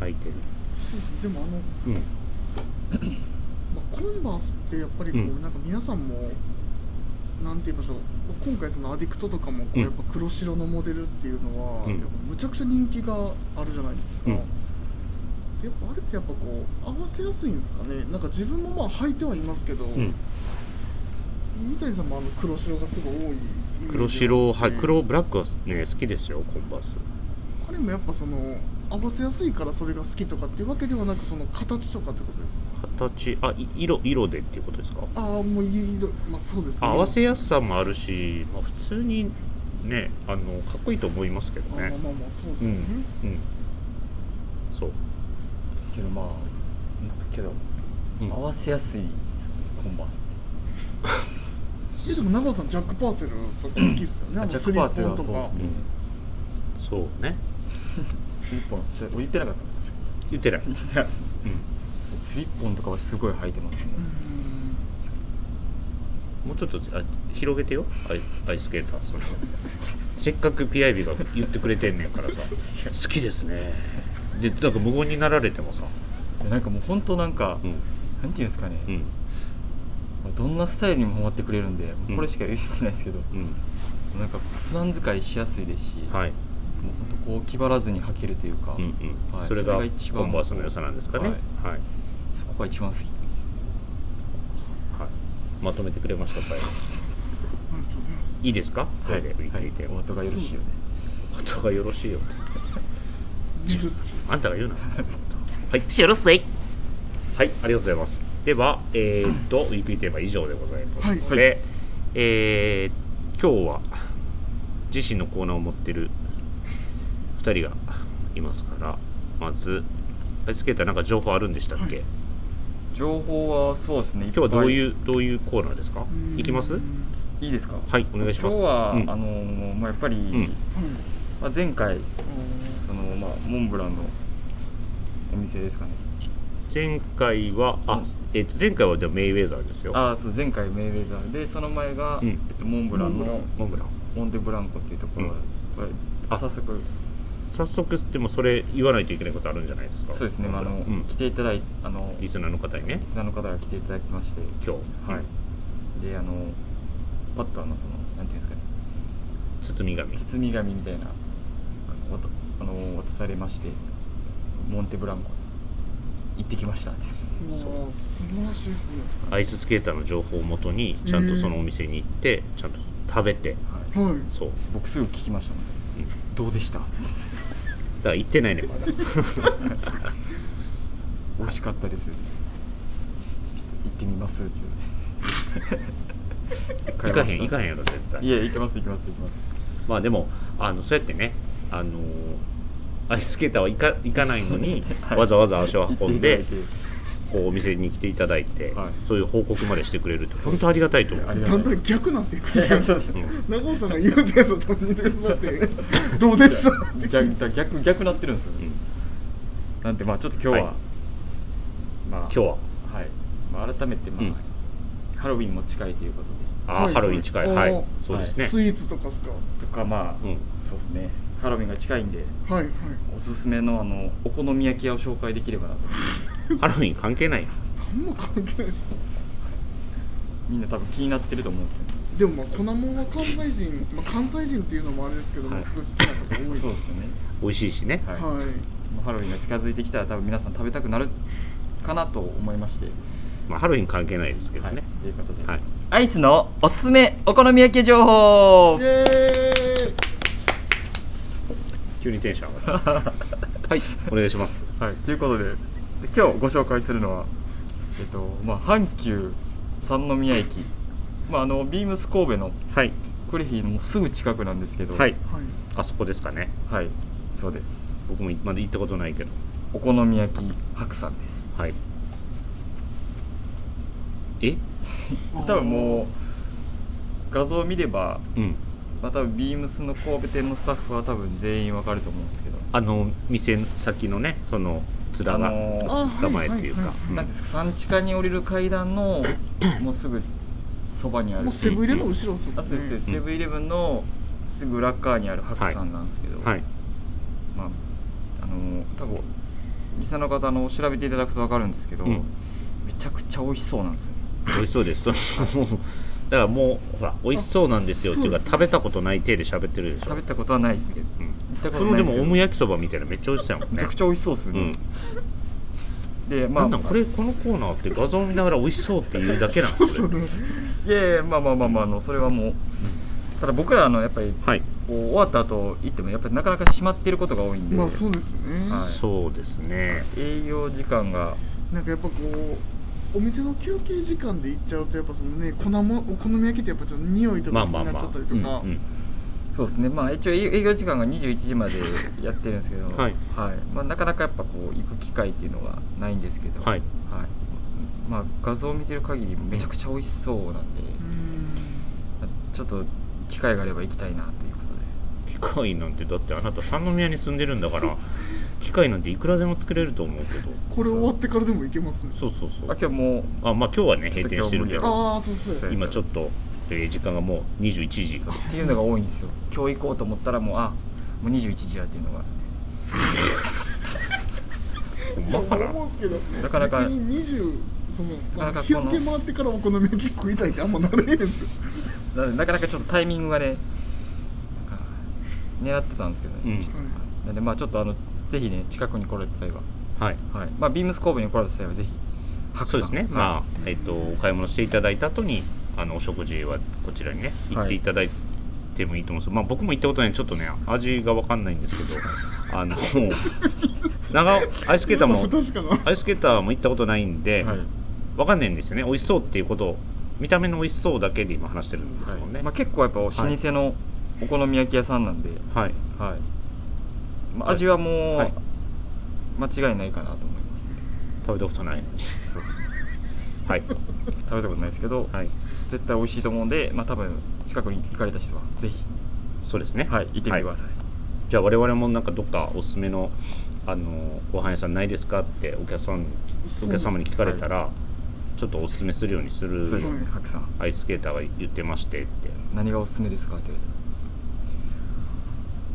Speaker 1: 履いてる、
Speaker 2: そうですでもあの、
Speaker 1: うん、
Speaker 2: まあ、コンバースってやっぱりこう、
Speaker 1: うん
Speaker 2: なんか皆さんもなんて言いましょう今回そのアディクトとかもこう、
Speaker 1: うん
Speaker 2: やっぱ黒白のモデルっていうのは、
Speaker 1: うん
Speaker 2: やっぱむちゃくちゃ人気があるじゃないですか、
Speaker 1: うん
Speaker 2: やっぱあれってやっぱこう合わせやすいんですかねなんか自分もまあ履いてはいますけど、
Speaker 1: うん、
Speaker 2: 三谷さんもあの黒白がすごい多いイメージがあって
Speaker 1: 黒白はい黒ブラックはね好きですよコンバース
Speaker 2: 彼もやっぱその合わせやすいからそれが好きとかっていうわけではなくその形とかってことですか
Speaker 1: 形あい色色でっていうことですか
Speaker 2: ああもういい色まあそうですね
Speaker 1: 合わせやすさもあるし、まあ、普通にねあのかっこいいと思いますけど
Speaker 2: あまあ
Speaker 1: ね、
Speaker 2: まあまあそうです
Speaker 1: う
Speaker 2: よ
Speaker 1: ん
Speaker 2: ね、
Speaker 1: うん、そう、
Speaker 3: けどまあうんけど、
Speaker 1: うん
Speaker 3: 合わせやすいですよねコンバースって
Speaker 2: えでも長尾さんジャック・パーセルとか好きですよね。あの
Speaker 3: ジャッ
Speaker 2: ス
Speaker 3: ク
Speaker 2: リ
Speaker 3: パ
Speaker 2: ッ
Speaker 3: ーセ
Speaker 2: ポン
Speaker 3: は
Speaker 2: と
Speaker 3: そうで
Speaker 2: か
Speaker 3: すね
Speaker 1: そうね
Speaker 3: スリッポンそれ言ってなかった
Speaker 1: 言ってない、
Speaker 3: 言ってないですね
Speaker 1: う
Speaker 3: そうスリッポンとかはすごい履いてますね、
Speaker 1: ん、
Speaker 2: うん
Speaker 1: もうちょっとあ広げてよアイアイスケーターそれ せっかく PIB が言ってくれてんねんからさ好きですねでなんか無言になられてもさ
Speaker 3: でなんかもう本当なんか、
Speaker 1: うん
Speaker 3: なんていうんですかね、
Speaker 1: うん
Speaker 3: どんなスタイルにもハマってくれるんで
Speaker 1: うん
Speaker 3: これしか言ってないですけど、
Speaker 1: うん
Speaker 3: なんか普段使いしやすいですし、
Speaker 1: はい、
Speaker 3: もう本当こう気張らずに履けるというか、
Speaker 1: うんうん
Speaker 3: はい
Speaker 1: それが
Speaker 3: それが一番
Speaker 1: コンバースの良さなんですかね
Speaker 3: はい
Speaker 1: はい、
Speaker 3: そこが一番好きですね
Speaker 1: はい、まとめてくれました最後
Speaker 2: ありがとうございます。
Speaker 1: いいですかこれで売り切
Speaker 3: はい
Speaker 1: れて、
Speaker 3: お後がよろしいようで
Speaker 1: 音がよろしいよって
Speaker 2: ジュ
Speaker 1: あんたが言うなはいしよろせいはいありがとうございますではえー、っとウィークリーテーマ以上でございますので、えー、今日は自身のコーナーを持ってる2人がいますからまずアイスケーターなんか情報あるんでしたっけ、
Speaker 2: はい
Speaker 3: 情報はそうですね
Speaker 1: 今日はどう
Speaker 3: う
Speaker 1: いうどういうコーナーですか
Speaker 2: うん
Speaker 1: 行きます
Speaker 2: うん
Speaker 3: いいですか
Speaker 1: はいお願いします
Speaker 3: 今日は、
Speaker 1: うん
Speaker 3: あのーまあ、やっぱり、
Speaker 1: ん
Speaker 3: まあ、前回その、まあ、モンブランのお店ですかね
Speaker 1: 前回はあ、えーっと前回はじゃあメイウェザーですよ
Speaker 3: ああそう前回メイウェザーでその前が、
Speaker 1: うん
Speaker 3: えっと、モンブラン
Speaker 2: モンブラ
Speaker 3: の
Speaker 2: ン
Speaker 1: モンブラン
Speaker 3: モンテブランコっていうところは、
Speaker 1: うん
Speaker 3: これ
Speaker 1: あ
Speaker 3: 早速
Speaker 1: 早速でもそれ言わないといけないことあるんじゃないですか
Speaker 3: そうですね、まあ、あの、
Speaker 1: うん
Speaker 3: 来ていただいあの
Speaker 1: リスナーの方にね
Speaker 3: リスナーの方が来ていただきまして、
Speaker 1: 今日、
Speaker 3: はい、であのパッとあのそのなんていうんですかね
Speaker 1: 包み紙
Speaker 3: 包み紙みたいなあのわたあの渡されましてモンテブランコ行ってきましたって
Speaker 2: うん
Speaker 1: そう
Speaker 2: うわー素晴らしいですね。
Speaker 1: アイススケーターの情報をもとにちゃんとそのお店に行ってちゃんと食べて
Speaker 3: はい
Speaker 2: はい。
Speaker 1: そう
Speaker 3: 僕すぐ聞きましたので、どうでした
Speaker 1: だから行ってないねまだ
Speaker 3: 美味しかったですってちょっと行ってみますって言
Speaker 1: 行かへん行か
Speaker 3: ん
Speaker 1: へんやろ絶対
Speaker 3: いや行きます行きます行きます
Speaker 1: まあでもあのそうやってねあのーアイススケーターは行か行かないのに、
Speaker 3: はい
Speaker 1: わざわざ足を運んで
Speaker 3: 行っていただいて
Speaker 1: こうお店に来ていただいて、
Speaker 3: はい
Speaker 1: そういう報告までしてくれるって
Speaker 3: そう
Speaker 1: 本当ありがたいと思う
Speaker 3: ありが
Speaker 2: だんだん逆なっていくんじゃん
Speaker 3: そうです
Speaker 1: うん
Speaker 2: 長尾さんが言うたやつを多分似てくださ ってどうでしたって聞いて
Speaker 3: 逆逆逆なってるんですよ、ねなんでまあちょっと今日は、
Speaker 1: はい
Speaker 3: まあ
Speaker 1: 今日は
Speaker 3: はい、まあ、改めてまあ、
Speaker 1: うん
Speaker 3: ハロウィンも近いということで
Speaker 1: あー、
Speaker 2: はい
Speaker 1: ハロウィン近い
Speaker 2: はい
Speaker 1: はい
Speaker 2: おー
Speaker 1: そうですね、
Speaker 2: スイーツとかですか
Speaker 3: とかまあ、
Speaker 1: うん
Speaker 3: そうですねハロウィンが近いんで
Speaker 2: はいはい
Speaker 3: おすすめのあのお好み焼き屋を紹介できればなと
Speaker 1: ハロウィン関係ない
Speaker 2: 何も関係ないです
Speaker 3: みんな多分気になってると思うんですよね
Speaker 2: でもまあ粉もんは関西人、まあ、関西人っていうのもあれですけども、
Speaker 1: はい
Speaker 2: すごい好きな方多い
Speaker 3: そうですよね
Speaker 1: 美味しいしね、
Speaker 3: はい、
Speaker 2: はい、
Speaker 3: まあハロウィンが近づいてきたら多分皆さん食べたくなるかなと思いまして
Speaker 1: まあ、ハロウィン関係ないですけど
Speaker 3: はい、
Speaker 1: ね、
Speaker 3: ということで、
Speaker 1: はい
Speaker 3: アイスのおすすめお好み焼き情報
Speaker 2: イエーイ
Speaker 1: 急にテンション上がる
Speaker 3: はい、
Speaker 1: お願いします
Speaker 3: はい、ということでで今日ご紹介するのは、えっとまあ、阪急三宮駅、まあ、あのビームス神戸の
Speaker 1: はい
Speaker 3: クレヒーのもうすぐ近くなんですけど
Speaker 1: はい
Speaker 2: はい
Speaker 1: あそこですかね
Speaker 3: はい、そうです
Speaker 1: 僕もまだ行ったことないけど
Speaker 3: お好み焼き白山です
Speaker 1: はいえ
Speaker 3: 多分もう画像を見れば、
Speaker 1: うん
Speaker 3: まあ、多分ビームスの神戸店のスタッフは多分全員わかると思うんですけど
Speaker 1: あの店先のねその面が、
Speaker 3: あのー
Speaker 2: あ
Speaker 1: 名前っていうか、
Speaker 2: は
Speaker 1: うん
Speaker 3: なんですか山地下に降りる階段 のもうすぐそばに
Speaker 2: う
Speaker 3: ある
Speaker 2: もうセブンイレブンの後ろっすもんね
Speaker 3: あそうですそうです
Speaker 1: うん
Speaker 3: セブンイレブンのすぐ裏側にある白山なんですけど、
Speaker 1: はい
Speaker 3: まああの多分リスナーの方あの調べていただくと分かるんですけど、
Speaker 1: うん
Speaker 3: めちゃくちゃ美味しそうなんですよね
Speaker 1: 美味しそうです もうだからもうほら美味しそうなんですよっていうか食べたことない手で喋ってるでしょ
Speaker 3: 食べたことはないですけど
Speaker 1: うん
Speaker 3: 行った
Speaker 1: そ
Speaker 3: ことな
Speaker 1: の
Speaker 3: い
Speaker 1: で
Speaker 3: ですけ
Speaker 1: も
Speaker 3: ど
Speaker 1: オム焼きそばみたいなのめっちゃ美味しそうやもん
Speaker 3: めち
Speaker 1: ね
Speaker 3: ゃくちゃ美味しそうですよ
Speaker 1: う
Speaker 3: ね、
Speaker 1: ん、
Speaker 3: でま
Speaker 1: な
Speaker 3: あ
Speaker 1: んなんこれこのコーナーって画像を見ながら美味しそうって言うだけなのこれ
Speaker 3: いやいやまあまあまあまああのそれはもう、ただ僕らあのやっぱり
Speaker 1: はい、
Speaker 3: こう終わった後行ってもやっぱりなかなか閉まってることが多いんで、
Speaker 2: まあそうですね、
Speaker 3: はい
Speaker 1: そうですね
Speaker 3: 営業時間が
Speaker 2: なんかやっぱこうお店の休憩時間で行っちゃうとやっぱそのね粉もお好み焼きってやっぱちょっと匂いと
Speaker 1: ま
Speaker 2: か
Speaker 1: あ
Speaker 2: 気
Speaker 1: まあ
Speaker 2: になっ
Speaker 1: ま
Speaker 2: ちゃ
Speaker 1: あ
Speaker 2: ったりと
Speaker 1: う
Speaker 2: か、
Speaker 1: んうん
Speaker 3: そうですねまあ一応営営業時間が21時までやってるんですけど、
Speaker 1: はい
Speaker 3: まあ、なかなかやっぱこう行く機会っていうのがないんですけど、
Speaker 1: はい
Speaker 3: いまあ、画像を見てる限りめちゃくちゃ美味しそうなんで、ちょっと機会があれば行きたいなということで
Speaker 1: 機械なんてだってあなた三宮に住んでるんだ から機械なんていくらでも作れると思うけど
Speaker 2: うんこれ終わってからでも行けますね
Speaker 1: そうそうそ
Speaker 3: あ
Speaker 1: う
Speaker 3: 今日もう
Speaker 1: あまあ今日はね閉店してるけ
Speaker 3: ちょっと今日無理や
Speaker 1: ど
Speaker 2: ああそうそう
Speaker 1: 今ちょっと、えー時間がもう21時
Speaker 3: っていうのが多いんですよ今日行こうと思ったらもうあもう21時やっていうのが
Speaker 1: ほん
Speaker 2: いや
Speaker 1: まかな
Speaker 2: 思うんですけど
Speaker 3: なかなか
Speaker 2: 逆に20そのまあ
Speaker 3: なかなか
Speaker 2: 日
Speaker 3: この
Speaker 2: 付回ってからお好み焼き食いたいってあんまなれへんですよ
Speaker 3: なのでなかなかちょっとタイミングがねなんか狙ってたんですけどね、
Speaker 1: うん
Speaker 3: ちょっとなんでまあちょっとあのぜひね近くに来られた際は
Speaker 1: はい
Speaker 3: はいまあ、ビームス神戸に来られた際はぜひ白
Speaker 1: そうですね、まあ
Speaker 3: あ、
Speaker 1: えっとお買い物していただいた後にあのお食事はこちらにね行っていただいてもいいと思うんですけど、まあ、僕も行ったことないちょっとね味が分かんないんです けどあの長尾アイスケーターも
Speaker 2: 不 確かな
Speaker 1: アイスケーターも行ったことないんで、
Speaker 3: はい
Speaker 1: 分かんないんですよね美味しそうっていうことを見た目の美味しそうだけで今話してるんですもんね、
Speaker 3: まあ、結構やっぱ老舗のお好み焼き屋さんなんで、
Speaker 1: はい
Speaker 3: はいまあ、味はもう、
Speaker 1: はい
Speaker 3: 間違いないかなと思いますね
Speaker 1: 食べたことないのに
Speaker 3: そうですね
Speaker 1: はい
Speaker 3: 食べたことないですけど、
Speaker 1: はい
Speaker 3: 絶対美味しいと思うんで、まあ、多分近くに行かれた人はぜひ、
Speaker 1: そうですね、
Speaker 3: はい、行ってみてください、
Speaker 1: じゃあ我々もなんかどっかおすすめのあのご飯屋さんないですかってお客さんお客様に聞かれたら、ちょっとおすすめするようにする
Speaker 3: そうですね白さん
Speaker 1: アイススケーターが言ってましてって
Speaker 3: 何がおすすめですかって言われたら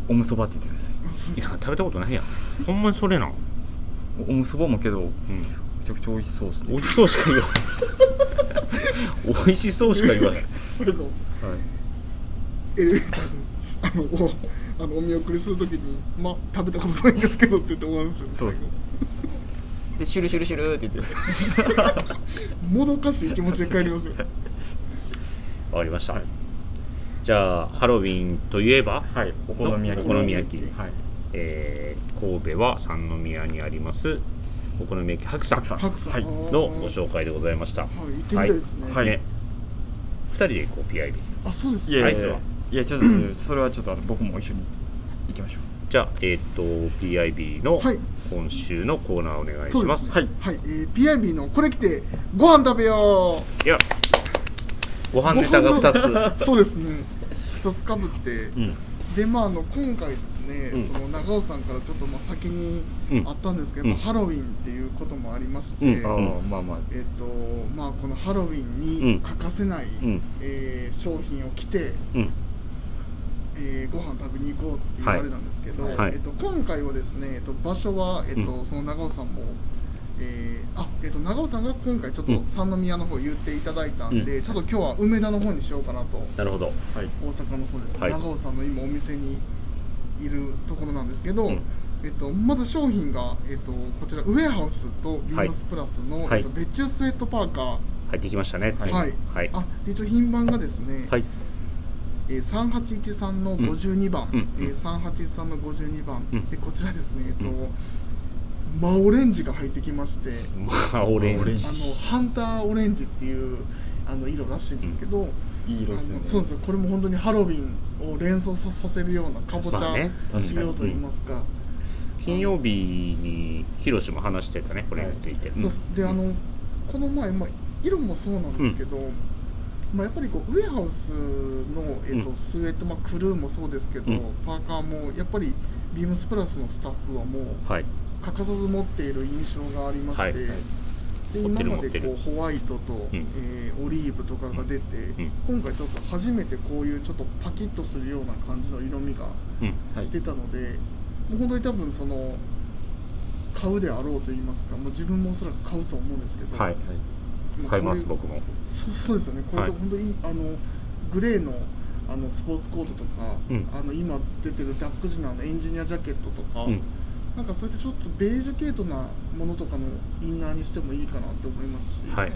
Speaker 3: おむそばって言ってください
Speaker 1: いや食べたことないやんほんまにそれなん、
Speaker 3: おおむそばもけどめ
Speaker 1: うん、
Speaker 3: ちゃくちゃ美味しそうですね
Speaker 1: 美味しそうしか言わない 美味しそうしか言わない
Speaker 2: 最後
Speaker 3: はい
Speaker 2: エレベーター であのおあのお見送りするときに「まあ食べたことないんですけど」って言って終わるんですよ
Speaker 3: そうですねでシュルシュルシュルって言って
Speaker 2: 最後もどかしい気持ちで帰りますよ
Speaker 1: わかりました、じゃあハロウィンといえば、
Speaker 3: はいお好み焼き
Speaker 1: お好み焼き
Speaker 3: はい
Speaker 1: えー神戸は三宮にありますお好み焼き白山
Speaker 3: 白さん
Speaker 2: 白さん
Speaker 3: はい
Speaker 2: あー
Speaker 1: のご紹介でございました、は
Speaker 2: はい行ってみたいですね、
Speaker 3: はい
Speaker 1: ね2人で行こう PI で
Speaker 2: あそうです
Speaker 3: い
Speaker 2: ね
Speaker 3: や
Speaker 1: ア
Speaker 3: い
Speaker 1: イ
Speaker 3: や
Speaker 1: ス
Speaker 3: い
Speaker 1: は
Speaker 3: やいやちょっとそれはちょっとあの僕も一緒に行きましょう
Speaker 1: じゃあ、えっ、と、PIB の
Speaker 2: はい
Speaker 1: 今週のコーナーお願い
Speaker 2: そ
Speaker 1: し
Speaker 2: うで
Speaker 1: ますす。
Speaker 3: はい
Speaker 2: はい、えー、PIB のこれ来てご飯食べよう
Speaker 1: いや、ご飯ネタが
Speaker 2: ご
Speaker 1: 2つ。
Speaker 2: そうですね2つかぶって
Speaker 1: うん。
Speaker 2: でまああの今回ですね、
Speaker 1: うん
Speaker 2: その長尾さんからちょっとまあ先に
Speaker 1: うん
Speaker 2: あったんですけど、やっぱ
Speaker 1: う
Speaker 2: ハロウィンっていうこともありまして、
Speaker 1: うん
Speaker 3: ああ、
Speaker 1: うん
Speaker 3: まあまあ
Speaker 2: えっとまあ、このハロウィン
Speaker 1: うん
Speaker 2: に欠かせない、
Speaker 1: うん。
Speaker 2: えー商品を着て、
Speaker 1: うん。
Speaker 2: えー、ご飯食べに行こうっていう
Speaker 1: はい
Speaker 2: あれなんですけど、
Speaker 1: はい
Speaker 2: えっと、今回はですね、えっと、場所は、えっと
Speaker 1: う
Speaker 2: その長尾さんも、えーあえっと、長尾さんが今回ちょっ
Speaker 1: うん
Speaker 2: と三宮の方言っていただいたんで、ちょっと今日は梅田の方にしようかなと
Speaker 1: なるほど。
Speaker 3: はい
Speaker 2: 大阪の方です、
Speaker 1: はい
Speaker 2: 長尾さんの今お店にいるところなんですけど、
Speaker 1: うん
Speaker 2: えっと、まず商品が、えっと、こちらウェアハウスとビームスプラスの、
Speaker 1: はい
Speaker 2: えっと、別注スウェットパーカー、
Speaker 1: 入ってきましたね。
Speaker 3: はい
Speaker 2: はい
Speaker 1: はい。
Speaker 2: あで一応品番がですね、
Speaker 1: はい。
Speaker 2: えー、3813の52番、
Speaker 1: うん
Speaker 2: えー、3813の52番、
Speaker 1: うん
Speaker 2: でこちらですね、えっと
Speaker 1: うん
Speaker 2: 真オレンジが入ってきまして
Speaker 1: まあ、オレ
Speaker 3: オレ
Speaker 1: ン
Speaker 3: ン
Speaker 1: ジ
Speaker 3: ジ。
Speaker 2: あのハンターオレンジっていうあの色らしいんですけど、
Speaker 3: いい
Speaker 2: あ
Speaker 3: 色
Speaker 2: の
Speaker 3: です
Speaker 2: そう
Speaker 3: よね
Speaker 2: ですよこれも本当にハロウィンを連想させるようなかぼち
Speaker 1: まあ
Speaker 2: ゃ
Speaker 1: ね確かに
Speaker 2: 色といいますか、
Speaker 1: 金曜日に、ヒロシも話してたね、これについて。うん
Speaker 2: そうであのこの前、まあ、色もそうなんですけど、まあ、やっぱりこうウェアハウスの、えっと
Speaker 1: うん
Speaker 2: スウェット、まあ、クルーもそうですけど、
Speaker 1: うん
Speaker 2: パーカーもやっぱりビームスプラスのスタッフはもう
Speaker 1: はい。
Speaker 2: 欠かさず持っている印象がありまして、
Speaker 1: はい
Speaker 2: で
Speaker 1: 持って
Speaker 2: 今
Speaker 1: る
Speaker 2: ま
Speaker 1: 持って
Speaker 2: で
Speaker 1: る
Speaker 2: こうホワイトと、
Speaker 1: うん
Speaker 2: えーオリーブとかが出て、
Speaker 1: ん
Speaker 2: 今回ちょっと初めてこういうちょっとパキッとするような感じの色味が
Speaker 1: うん。
Speaker 3: はい
Speaker 2: 出たので、もう本当に多分その買うであろうと言いますか、もう自分もおそらく買うと思うんですけど、
Speaker 1: はい。
Speaker 2: あ
Speaker 1: 買います、
Speaker 2: こ
Speaker 1: 僕
Speaker 2: れ
Speaker 1: も。
Speaker 2: そうそうですよね、これ
Speaker 1: はい
Speaker 2: と本当にいい、あのグレーのあのスポーツコートとか、
Speaker 1: うん
Speaker 2: あの今出てるダックジナーのエンジニアジャケットとか、
Speaker 1: うん。
Speaker 2: なんかそういったちょっとベージュ系統なものとかのインナーにしてもいいかなって思いますし、
Speaker 1: はい。
Speaker 3: め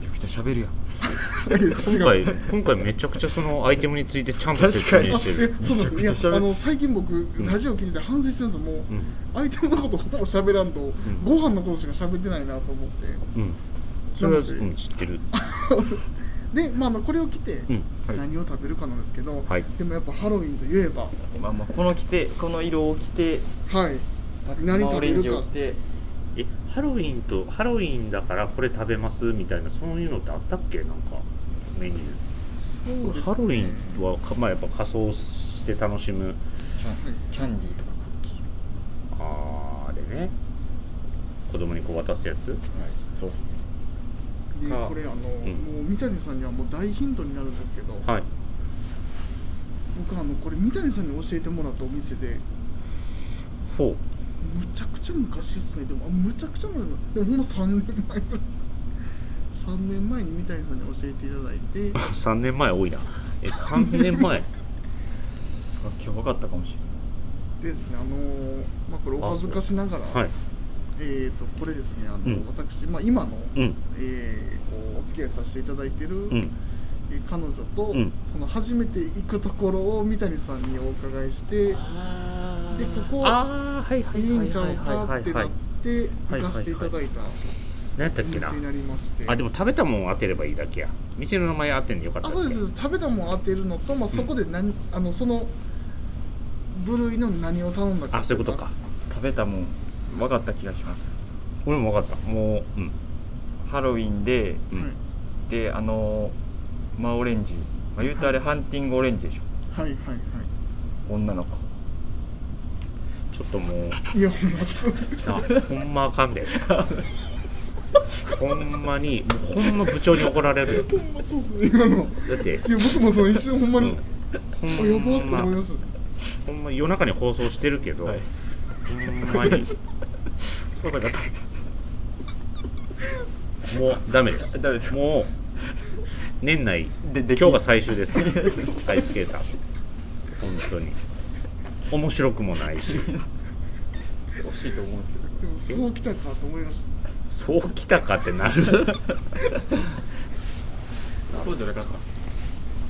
Speaker 3: ちゃくちゃ喋るやん
Speaker 2: い や違う
Speaker 1: 今回、今回めちゃくちゃそのアイテムについてちゃんと説
Speaker 3: 確か
Speaker 1: 明
Speaker 3: に
Speaker 2: あえ
Speaker 1: してる。
Speaker 2: そうなんで
Speaker 3: めちゃく
Speaker 2: す
Speaker 3: ちゃ
Speaker 2: いや
Speaker 3: 喋る
Speaker 2: あの最近僕、
Speaker 1: ん
Speaker 2: ラジオ聞いてて反省してるんですよもう、
Speaker 1: うん。
Speaker 2: 相手のことほぼ喋らんと、ご飯のことしか喋ってないなと思って
Speaker 1: うん。それは、うん、知ってる。
Speaker 2: で、まあ、まあこれを着て
Speaker 1: うん。
Speaker 3: はい
Speaker 2: 何を食べるかなんですけど、
Speaker 1: はい。
Speaker 2: でもやっぱハロウィンといえば
Speaker 3: まあまあこの着てこの色を着て
Speaker 2: はい何食べるか
Speaker 3: オレンジを着て
Speaker 1: え、ハロウィンと、ハロウィンだからこれ食べますみたいな、そういうのってあったっけなんか、メニュー。
Speaker 2: そうですね
Speaker 1: ハロウィンはか、まあ、やっぱ仮装して楽しむ
Speaker 3: キャンキャンディーとかクッキーとか
Speaker 1: あーあれね子供にこう渡すやつ
Speaker 3: はいそうですね
Speaker 2: で
Speaker 3: か
Speaker 2: これあの、
Speaker 1: ん
Speaker 2: もう三谷さんにはもう大ヒントになるんですけど、
Speaker 1: はい
Speaker 2: 僕あのこれ三谷さんに教えてもらったお店で
Speaker 1: ほ
Speaker 2: むちゃくちゃ昔ですねでもあむちゃくちゃ前のでもほんま3年前ぐらいです3年前に三谷さんに教えていただい て
Speaker 1: う3年前多いなえ3年 前
Speaker 3: あ今日分かったかもし
Speaker 2: でですねあのーまあこれお恥ずかしながら、
Speaker 1: はい
Speaker 2: えー、とこれですねあの、
Speaker 1: うん
Speaker 2: 私、まあ、今の、
Speaker 1: うん
Speaker 2: えーこうお付き合いさせていただいてる、
Speaker 1: うん
Speaker 2: えー彼女と、
Speaker 1: うん
Speaker 2: その初めて行くところを三谷さんにお伺いして
Speaker 1: あ
Speaker 2: でここ
Speaker 1: あーはいはい
Speaker 2: い
Speaker 1: はい
Speaker 2: いんちゃう
Speaker 1: はい
Speaker 2: か
Speaker 1: は
Speaker 2: っ
Speaker 1: い
Speaker 2: て
Speaker 1: は
Speaker 2: な
Speaker 1: は
Speaker 2: いっ
Speaker 1: い
Speaker 2: て
Speaker 1: はいはいはい
Speaker 2: 行かせていただいた
Speaker 1: 何やった
Speaker 2: お
Speaker 1: っけ
Speaker 2: 店
Speaker 1: な
Speaker 2: になりまして
Speaker 1: あでも食べたもん当てればいいだけや店の名前当てんでよかった
Speaker 2: あ
Speaker 1: っけ
Speaker 2: そうですそうです食べたもん当てるのと、まあ、そこで何、あのその部類の何を頼んだか
Speaker 1: あそういうことか
Speaker 3: れん食べたもん分かった気がします
Speaker 1: 俺も分かったもううん
Speaker 3: ハロウィンで
Speaker 1: う
Speaker 2: はい
Speaker 1: ん、
Speaker 3: であのまあオレンジ、まあ、言うとあれハンティングオレンジでしょ
Speaker 2: はいはいは
Speaker 3: 女の子
Speaker 1: ちょっともう
Speaker 2: いいやほんまちょっと
Speaker 1: なほんまあかんでほんまにもうほんま部長に怒られるよ
Speaker 2: ほんまそうですね今のいや
Speaker 1: だって
Speaker 2: 僕もその一瞬ほんまに、
Speaker 1: ほ
Speaker 2: あやばー
Speaker 1: ん
Speaker 2: って思い
Speaker 1: ま
Speaker 2: ました
Speaker 1: ほんま夜中に放送してるけど、
Speaker 3: はい
Speaker 1: ほんまに
Speaker 3: 分かった
Speaker 1: もうダメです
Speaker 3: ダメです
Speaker 1: もう年内
Speaker 3: ででき
Speaker 1: 今日が最終ですアイスケーター本当に面白くもないし
Speaker 3: 惜しいと思うんです
Speaker 2: で
Speaker 3: けど
Speaker 2: もそうきたかと思いました
Speaker 1: そうきたかってなる
Speaker 3: そうじゃなかった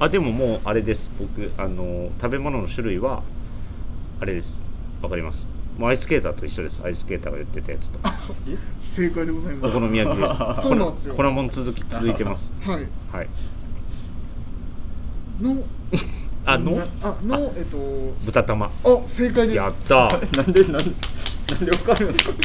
Speaker 1: あでももうあれです僕あの食べ物の種類はあれですわかりますもうアイスケーターと一緒ですアイスケーターが言ってたやつと
Speaker 3: え
Speaker 2: 正解でござい
Speaker 1: お
Speaker 2: ます
Speaker 1: 好み焼きです
Speaker 2: そうなんですよ
Speaker 1: 粉もん続き続いてます
Speaker 2: はい
Speaker 1: はい
Speaker 2: の
Speaker 1: あの
Speaker 2: なあのえっと
Speaker 1: 豚玉
Speaker 2: あ正解です
Speaker 1: やった
Speaker 3: なんでなんでなんでわかるんですか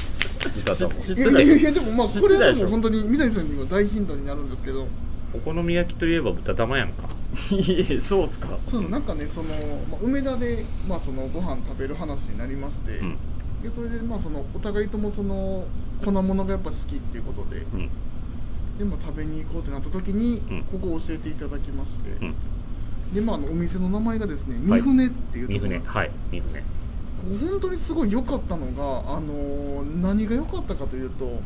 Speaker 1: 豚玉
Speaker 3: 知
Speaker 2: い
Speaker 3: って
Speaker 2: や
Speaker 3: た
Speaker 2: いやい
Speaker 3: よ
Speaker 2: やでもまあ
Speaker 3: 知ってたでしょ
Speaker 2: これはでも本当に三谷さんにも大ヒントになるんですけど
Speaker 1: お好み焼きといえば豚玉やんか
Speaker 3: いえそうっすか
Speaker 2: そうそうなんかねその、まあ、梅田で、まあ、そのご飯食べる話になりまして、
Speaker 1: うん
Speaker 2: でそれでまあそのお互いともその粉物がやっぱ好きっていうことで
Speaker 1: うん
Speaker 2: でも食べに行こうってなった時に、
Speaker 1: うん
Speaker 2: ここを教えていただきまして、
Speaker 1: うん
Speaker 2: でまああのお店の名前がですね
Speaker 1: は
Speaker 2: 三
Speaker 1: い
Speaker 2: 船っていう
Speaker 1: 三
Speaker 2: ところ
Speaker 1: 船
Speaker 2: なんです、
Speaker 1: はい三船
Speaker 2: ここ本当にすごい良かったのがあのー何が良かったかというと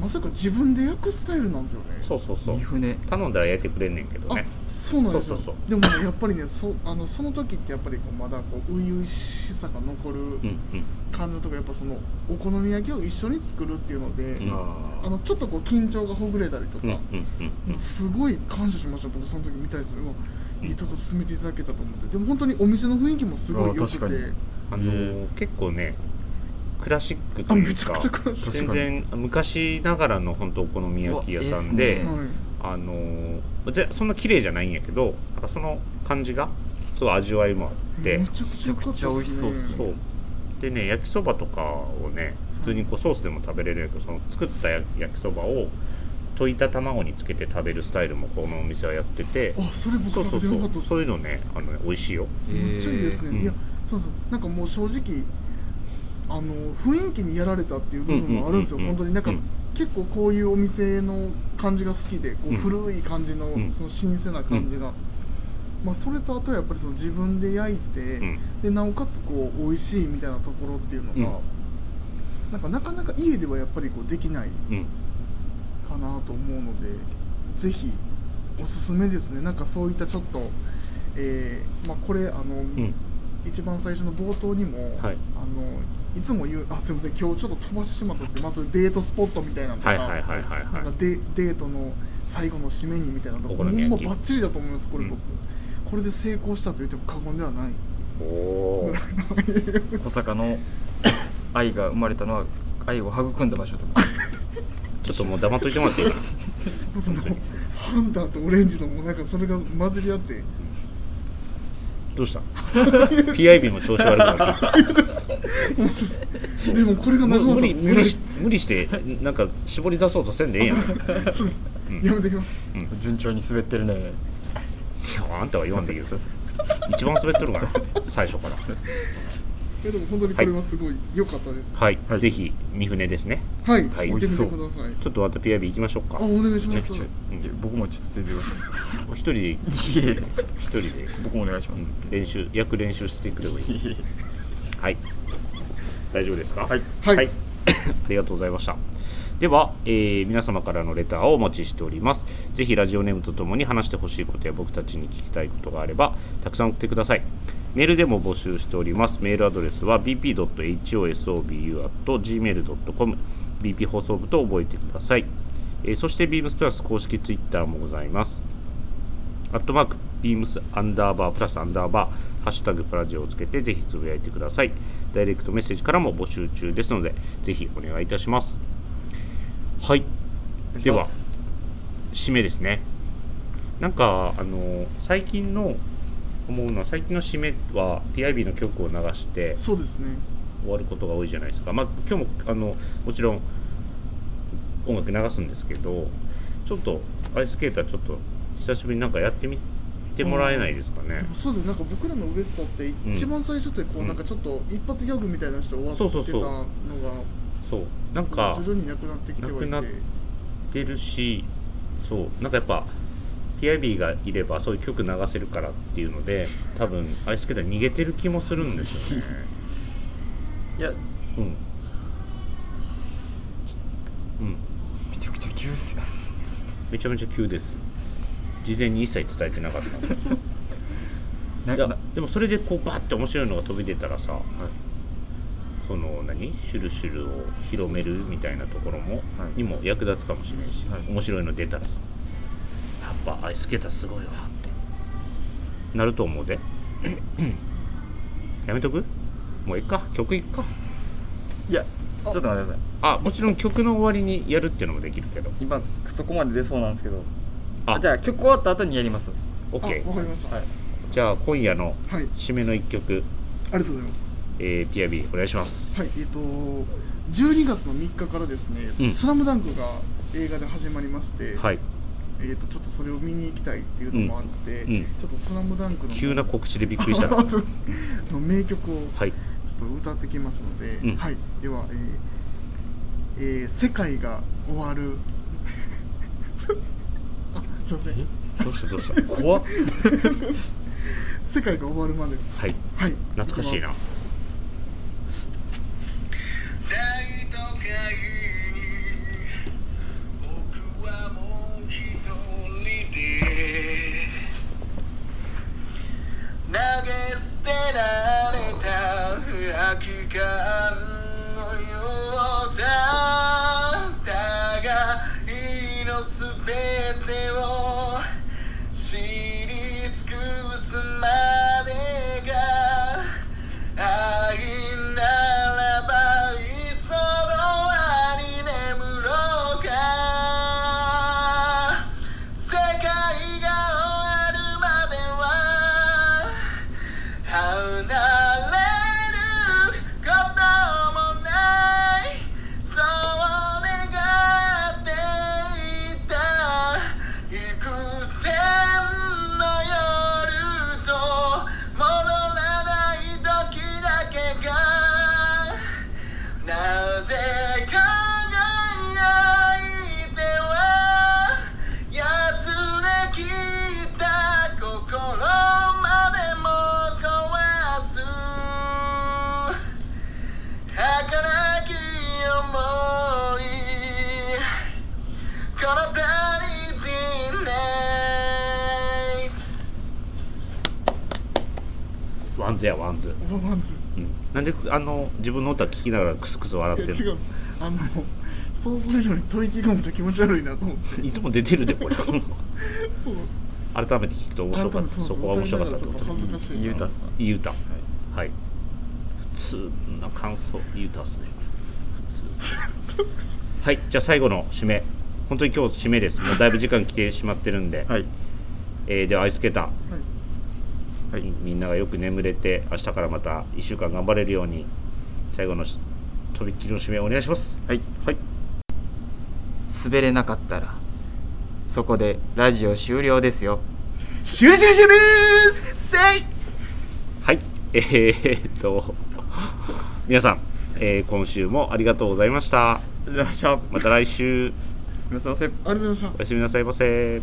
Speaker 2: まさか自分で焼くスタイルなんですよね
Speaker 1: そうそうそう
Speaker 3: 三船
Speaker 1: 頼んだら焼いてくれんねんけど
Speaker 2: あ
Speaker 1: ね
Speaker 2: そうなんですよ
Speaker 1: そうそう
Speaker 2: でもねやっぱりねそあのその時ってやっぱりこうまだこう初々しさが残る
Speaker 1: うんうん
Speaker 2: 感じとかやっぱそのお好み焼きを一緒に作るっていうので、
Speaker 1: うん
Speaker 2: あのちょっとこう緊張がほぐれたりとか、
Speaker 1: うんうんうんうん
Speaker 2: すごい感謝しました僕その時見たいですうわいいとこ進めていただけたと思ってでも本当にお店の雰囲気もすごい良くて
Speaker 3: あ確かに
Speaker 1: あのー結構ねクラシック
Speaker 2: あ
Speaker 1: とい
Speaker 2: め
Speaker 1: う
Speaker 2: ちゃ
Speaker 1: か
Speaker 2: くちゃ悲しい、
Speaker 3: 確
Speaker 1: 全
Speaker 3: かに
Speaker 1: 然昔ながらの本当お好み焼き屋さん
Speaker 3: う
Speaker 1: で、
Speaker 3: わいいっすね
Speaker 2: はい
Speaker 1: あのーじゃそんな綺麗じゃないんやけどなんかその感じがすごい味わいもあって
Speaker 2: めちゃくちゃ良かったっすね
Speaker 3: めちゃくちゃ美味しそうっすね
Speaker 1: そうでね焼きそばとかをね普通にこうソースでも食べれるんやけどその作ったや焼きそばを溶いた卵につけて食べるスタイルもこのお店はやってて
Speaker 2: あそれ僕
Speaker 1: そうそ
Speaker 2: 食
Speaker 1: う
Speaker 2: べて
Speaker 1: そ
Speaker 2: なかった
Speaker 1: う
Speaker 2: っす
Speaker 1: そういうのねあのね美味しいよ
Speaker 2: めっちゃいいですね、
Speaker 1: えー
Speaker 2: いや
Speaker 1: うん
Speaker 2: そうそうなんかもう正直あの雰囲気にやられたっていう部分もあるんですよ、
Speaker 1: うんうんうんうん
Speaker 2: 本当になんか、
Speaker 1: うん
Speaker 2: 結構こういうお店の感じが好きでこう
Speaker 1: うん
Speaker 2: 古い感じの,、
Speaker 1: うん
Speaker 2: その老舗な感じが、まあ、それとあとはやっぱりその自分で焼いて、
Speaker 1: うん
Speaker 2: でなおかつこう美味しいみたいなところっていうのが、
Speaker 1: うん
Speaker 2: なんかなかなか家ではやっぱりこうできない
Speaker 1: うん
Speaker 2: かなと思うのでぜひおすすめですねなんかそういったちょっと、えーまあ、これあ
Speaker 1: う
Speaker 2: の、
Speaker 1: ん
Speaker 2: 一番最初の冒頭にも、
Speaker 1: はい
Speaker 2: あのいつも言うあすいません今日ちょっと飛ばしてしまったんですけどまずデートスポットみたいなのが
Speaker 1: はいはいはいはい
Speaker 2: なん
Speaker 1: は
Speaker 2: か
Speaker 1: い
Speaker 2: デデートの最後の締めにみたいなとこ
Speaker 1: お
Speaker 2: ほ
Speaker 1: 好
Speaker 2: ん
Speaker 1: み
Speaker 2: ま
Speaker 1: 焼き
Speaker 2: バッチリだと思いますこれ
Speaker 1: う
Speaker 2: 僕、
Speaker 1: ん
Speaker 2: これで成功したと言っても過言ではない
Speaker 1: おおー
Speaker 3: 小坂の愛が生まれたのは愛を育んだ場所と か
Speaker 1: ちょっともう黙っといてもらっていいかな
Speaker 2: その
Speaker 1: 本当に
Speaker 2: ハンターとオレンジのもうなんかそれが混じり合って
Speaker 1: どう した ?PIB も調子悪くなって
Speaker 2: でもこれが
Speaker 1: きた無
Speaker 2: 中川さ
Speaker 1: 無
Speaker 2: ん
Speaker 1: 理無理し無理してなんか絞り出そうとせんでええやんう ん
Speaker 2: やめてきます
Speaker 3: 順調に滑ってるね
Speaker 1: あんたは言わんでいいよ
Speaker 3: そう
Speaker 1: 一番滑っとるから最初から
Speaker 2: いやでも本当にこれはすごい良かったです
Speaker 1: はい、
Speaker 3: はい
Speaker 1: ぜひ三船ですね
Speaker 2: はい、
Speaker 1: はい
Speaker 2: 行ってみてください
Speaker 1: ちょっとまた PIB 行きましょうか
Speaker 2: あお願いし
Speaker 3: めち
Speaker 2: ま
Speaker 3: ゃく
Speaker 2: す
Speaker 3: ちゃ、いや僕もちょっとついてくださ
Speaker 1: お一人で
Speaker 3: いいえ
Speaker 1: 一人で、
Speaker 3: 僕もお願いしま
Speaker 1: う
Speaker 3: す、
Speaker 1: ん練習役練習してくればいい
Speaker 3: いえいえ
Speaker 1: はい大丈夫ですか
Speaker 3: はい
Speaker 2: はい、
Speaker 1: はい ありがとうございました。では、えー皆様からのレターをお待ちしております。ぜひラジオネームとともに話してほしいことや僕たちに聞きたいことがあれば、たくさん送ってください。メールでも募集しております。メールアドレスは bp.hosobu.gmail.com bp 放送部と覚えてください。えーそして beams プラス公式ツイッターもございます。アットマーク、ビームスアンダーバー、プラスアンダーバー、ハッシュタグプラジオをつけて、ぜひつぶやいてください。ダイレクトメッセージからも募集中ですので、ぜひお願いいたします。はい、では締めですね。なんか、あの、最近の、思うのは、最近の締めは、PIB の曲を流して、
Speaker 2: そうですね
Speaker 1: 終わることが多いじゃないですか、まあ、今日もあのもちろん音楽流すんですけどちょっとアイスケーターちょっと久しぶりになんかやってみてもらえないですか
Speaker 2: で
Speaker 1: ね
Speaker 2: も、そうですねなんか僕らのウエストって
Speaker 1: ん
Speaker 2: 一番最初ってこう、
Speaker 1: うん
Speaker 2: なんかちょっと一発ギャグみたいな人終わってた
Speaker 1: そうそうそう
Speaker 2: のが
Speaker 1: そうなんか
Speaker 2: 徐々になくなってきてはいて
Speaker 1: なくな出るしそうなんかやっぱ PIB がいればそういう曲流せるからっていうので多分アイスケーター逃げてる気もするんですよね、
Speaker 3: いや
Speaker 1: うんうん、
Speaker 3: めちゃくちゃ急っすよ
Speaker 1: めちゃめちゃ急です事前に一切伝えてなかったので
Speaker 3: ないん
Speaker 1: や
Speaker 3: かな
Speaker 1: でもそれでこうバッて面白いのが飛び出たらさ
Speaker 3: はい
Speaker 1: その何シュルシュルを広めるみたいなところも、
Speaker 3: はい
Speaker 1: にも役立つかもしれんし、
Speaker 3: はい
Speaker 1: 面白いの出たらさやっぱアイスケーターすごいわってなると思う でやめとくもういっか曲いっか
Speaker 3: いやちょっと待ってください
Speaker 1: あもちろん曲の終わりにやるっていうのもできるけど
Speaker 3: 今そこまで出そうなんですけど
Speaker 1: あ
Speaker 3: あじゃあ曲終わった後にやります
Speaker 1: オッケ
Speaker 2: あわ
Speaker 1: ー
Speaker 2: かりました、
Speaker 3: はい
Speaker 1: じゃあ今夜の
Speaker 2: はい、あり
Speaker 1: 締めの一曲、
Speaker 2: がとうございます。
Speaker 1: えー、PIB お願いします
Speaker 2: はい、えっ、と12月の3日からですね、
Speaker 1: うん
Speaker 2: スラムダンクが映画で始まりまして、
Speaker 1: はい、
Speaker 2: えっ、とちょっとそれを見に行きたいっていうのもあって、
Speaker 1: うんうん
Speaker 2: ちょっとスラムダンクの。
Speaker 1: 急な告知でびっくりした
Speaker 2: の名曲をちょ
Speaker 1: はい、
Speaker 2: っと歌ってきますので、
Speaker 1: うん
Speaker 2: はい、では、えーえー世界が終わる。 あ、すいません。
Speaker 1: どうしたどうした。
Speaker 3: 怖っ
Speaker 2: 世界が終わるまで。
Speaker 1: はい、
Speaker 2: はい。
Speaker 1: 懐かしいな。
Speaker 4: 大都会に僕はもう一人で投げ捨てられた不白感のようだったがいのすべてを知り尽くすまでが愛ならばいっその輪に眠ろうか世界が終わるまでは離れることもないそう願っていた幾千の夜と戻らない時だけがなぜ輝いてはやつれきった心までも壊す儚き想いこのパリティネイ
Speaker 1: ワンズやワンズ。
Speaker 2: パフォーマンス。
Speaker 1: うん、なんであの自分の歌聞きながらクスクス笑
Speaker 2: いや
Speaker 1: って
Speaker 2: 違
Speaker 1: る
Speaker 2: うあの想像以上に吐息がめっちゃ気持ち悪いなと思って
Speaker 1: の。いつも出てるで これ。
Speaker 2: そうなんです
Speaker 1: 改めて聞くと面白かった。
Speaker 2: 改めてそうそう
Speaker 1: そこは面白かったって
Speaker 2: 歌い
Speaker 1: こ
Speaker 2: な
Speaker 1: と
Speaker 2: がらちょっと恥ずかしい
Speaker 1: うん
Speaker 3: ゆうたっすない
Speaker 1: い歌。はい。普通な感想ゆうたっすね。普通。はい、じゃあ最後の締め。本当に今日締めです。もうだいぶ時間来てしまってるんで。
Speaker 3: はい
Speaker 1: えーではアイスケーター。
Speaker 2: はい
Speaker 3: はい
Speaker 1: みみんながよく眠れて明日からまた1週間頑張れるように最後のしとびっきりの締めをお願いします
Speaker 3: はい
Speaker 1: はい
Speaker 3: 滑れなかったらそこでラジオ終了ですよ
Speaker 2: 終了終了終了せい
Speaker 1: はいえー、っと皆さん、えー今週もありがとうございました
Speaker 3: よっしゃ
Speaker 1: また来週
Speaker 3: すみません
Speaker 2: ありがとうございました
Speaker 1: おやすみなさいませ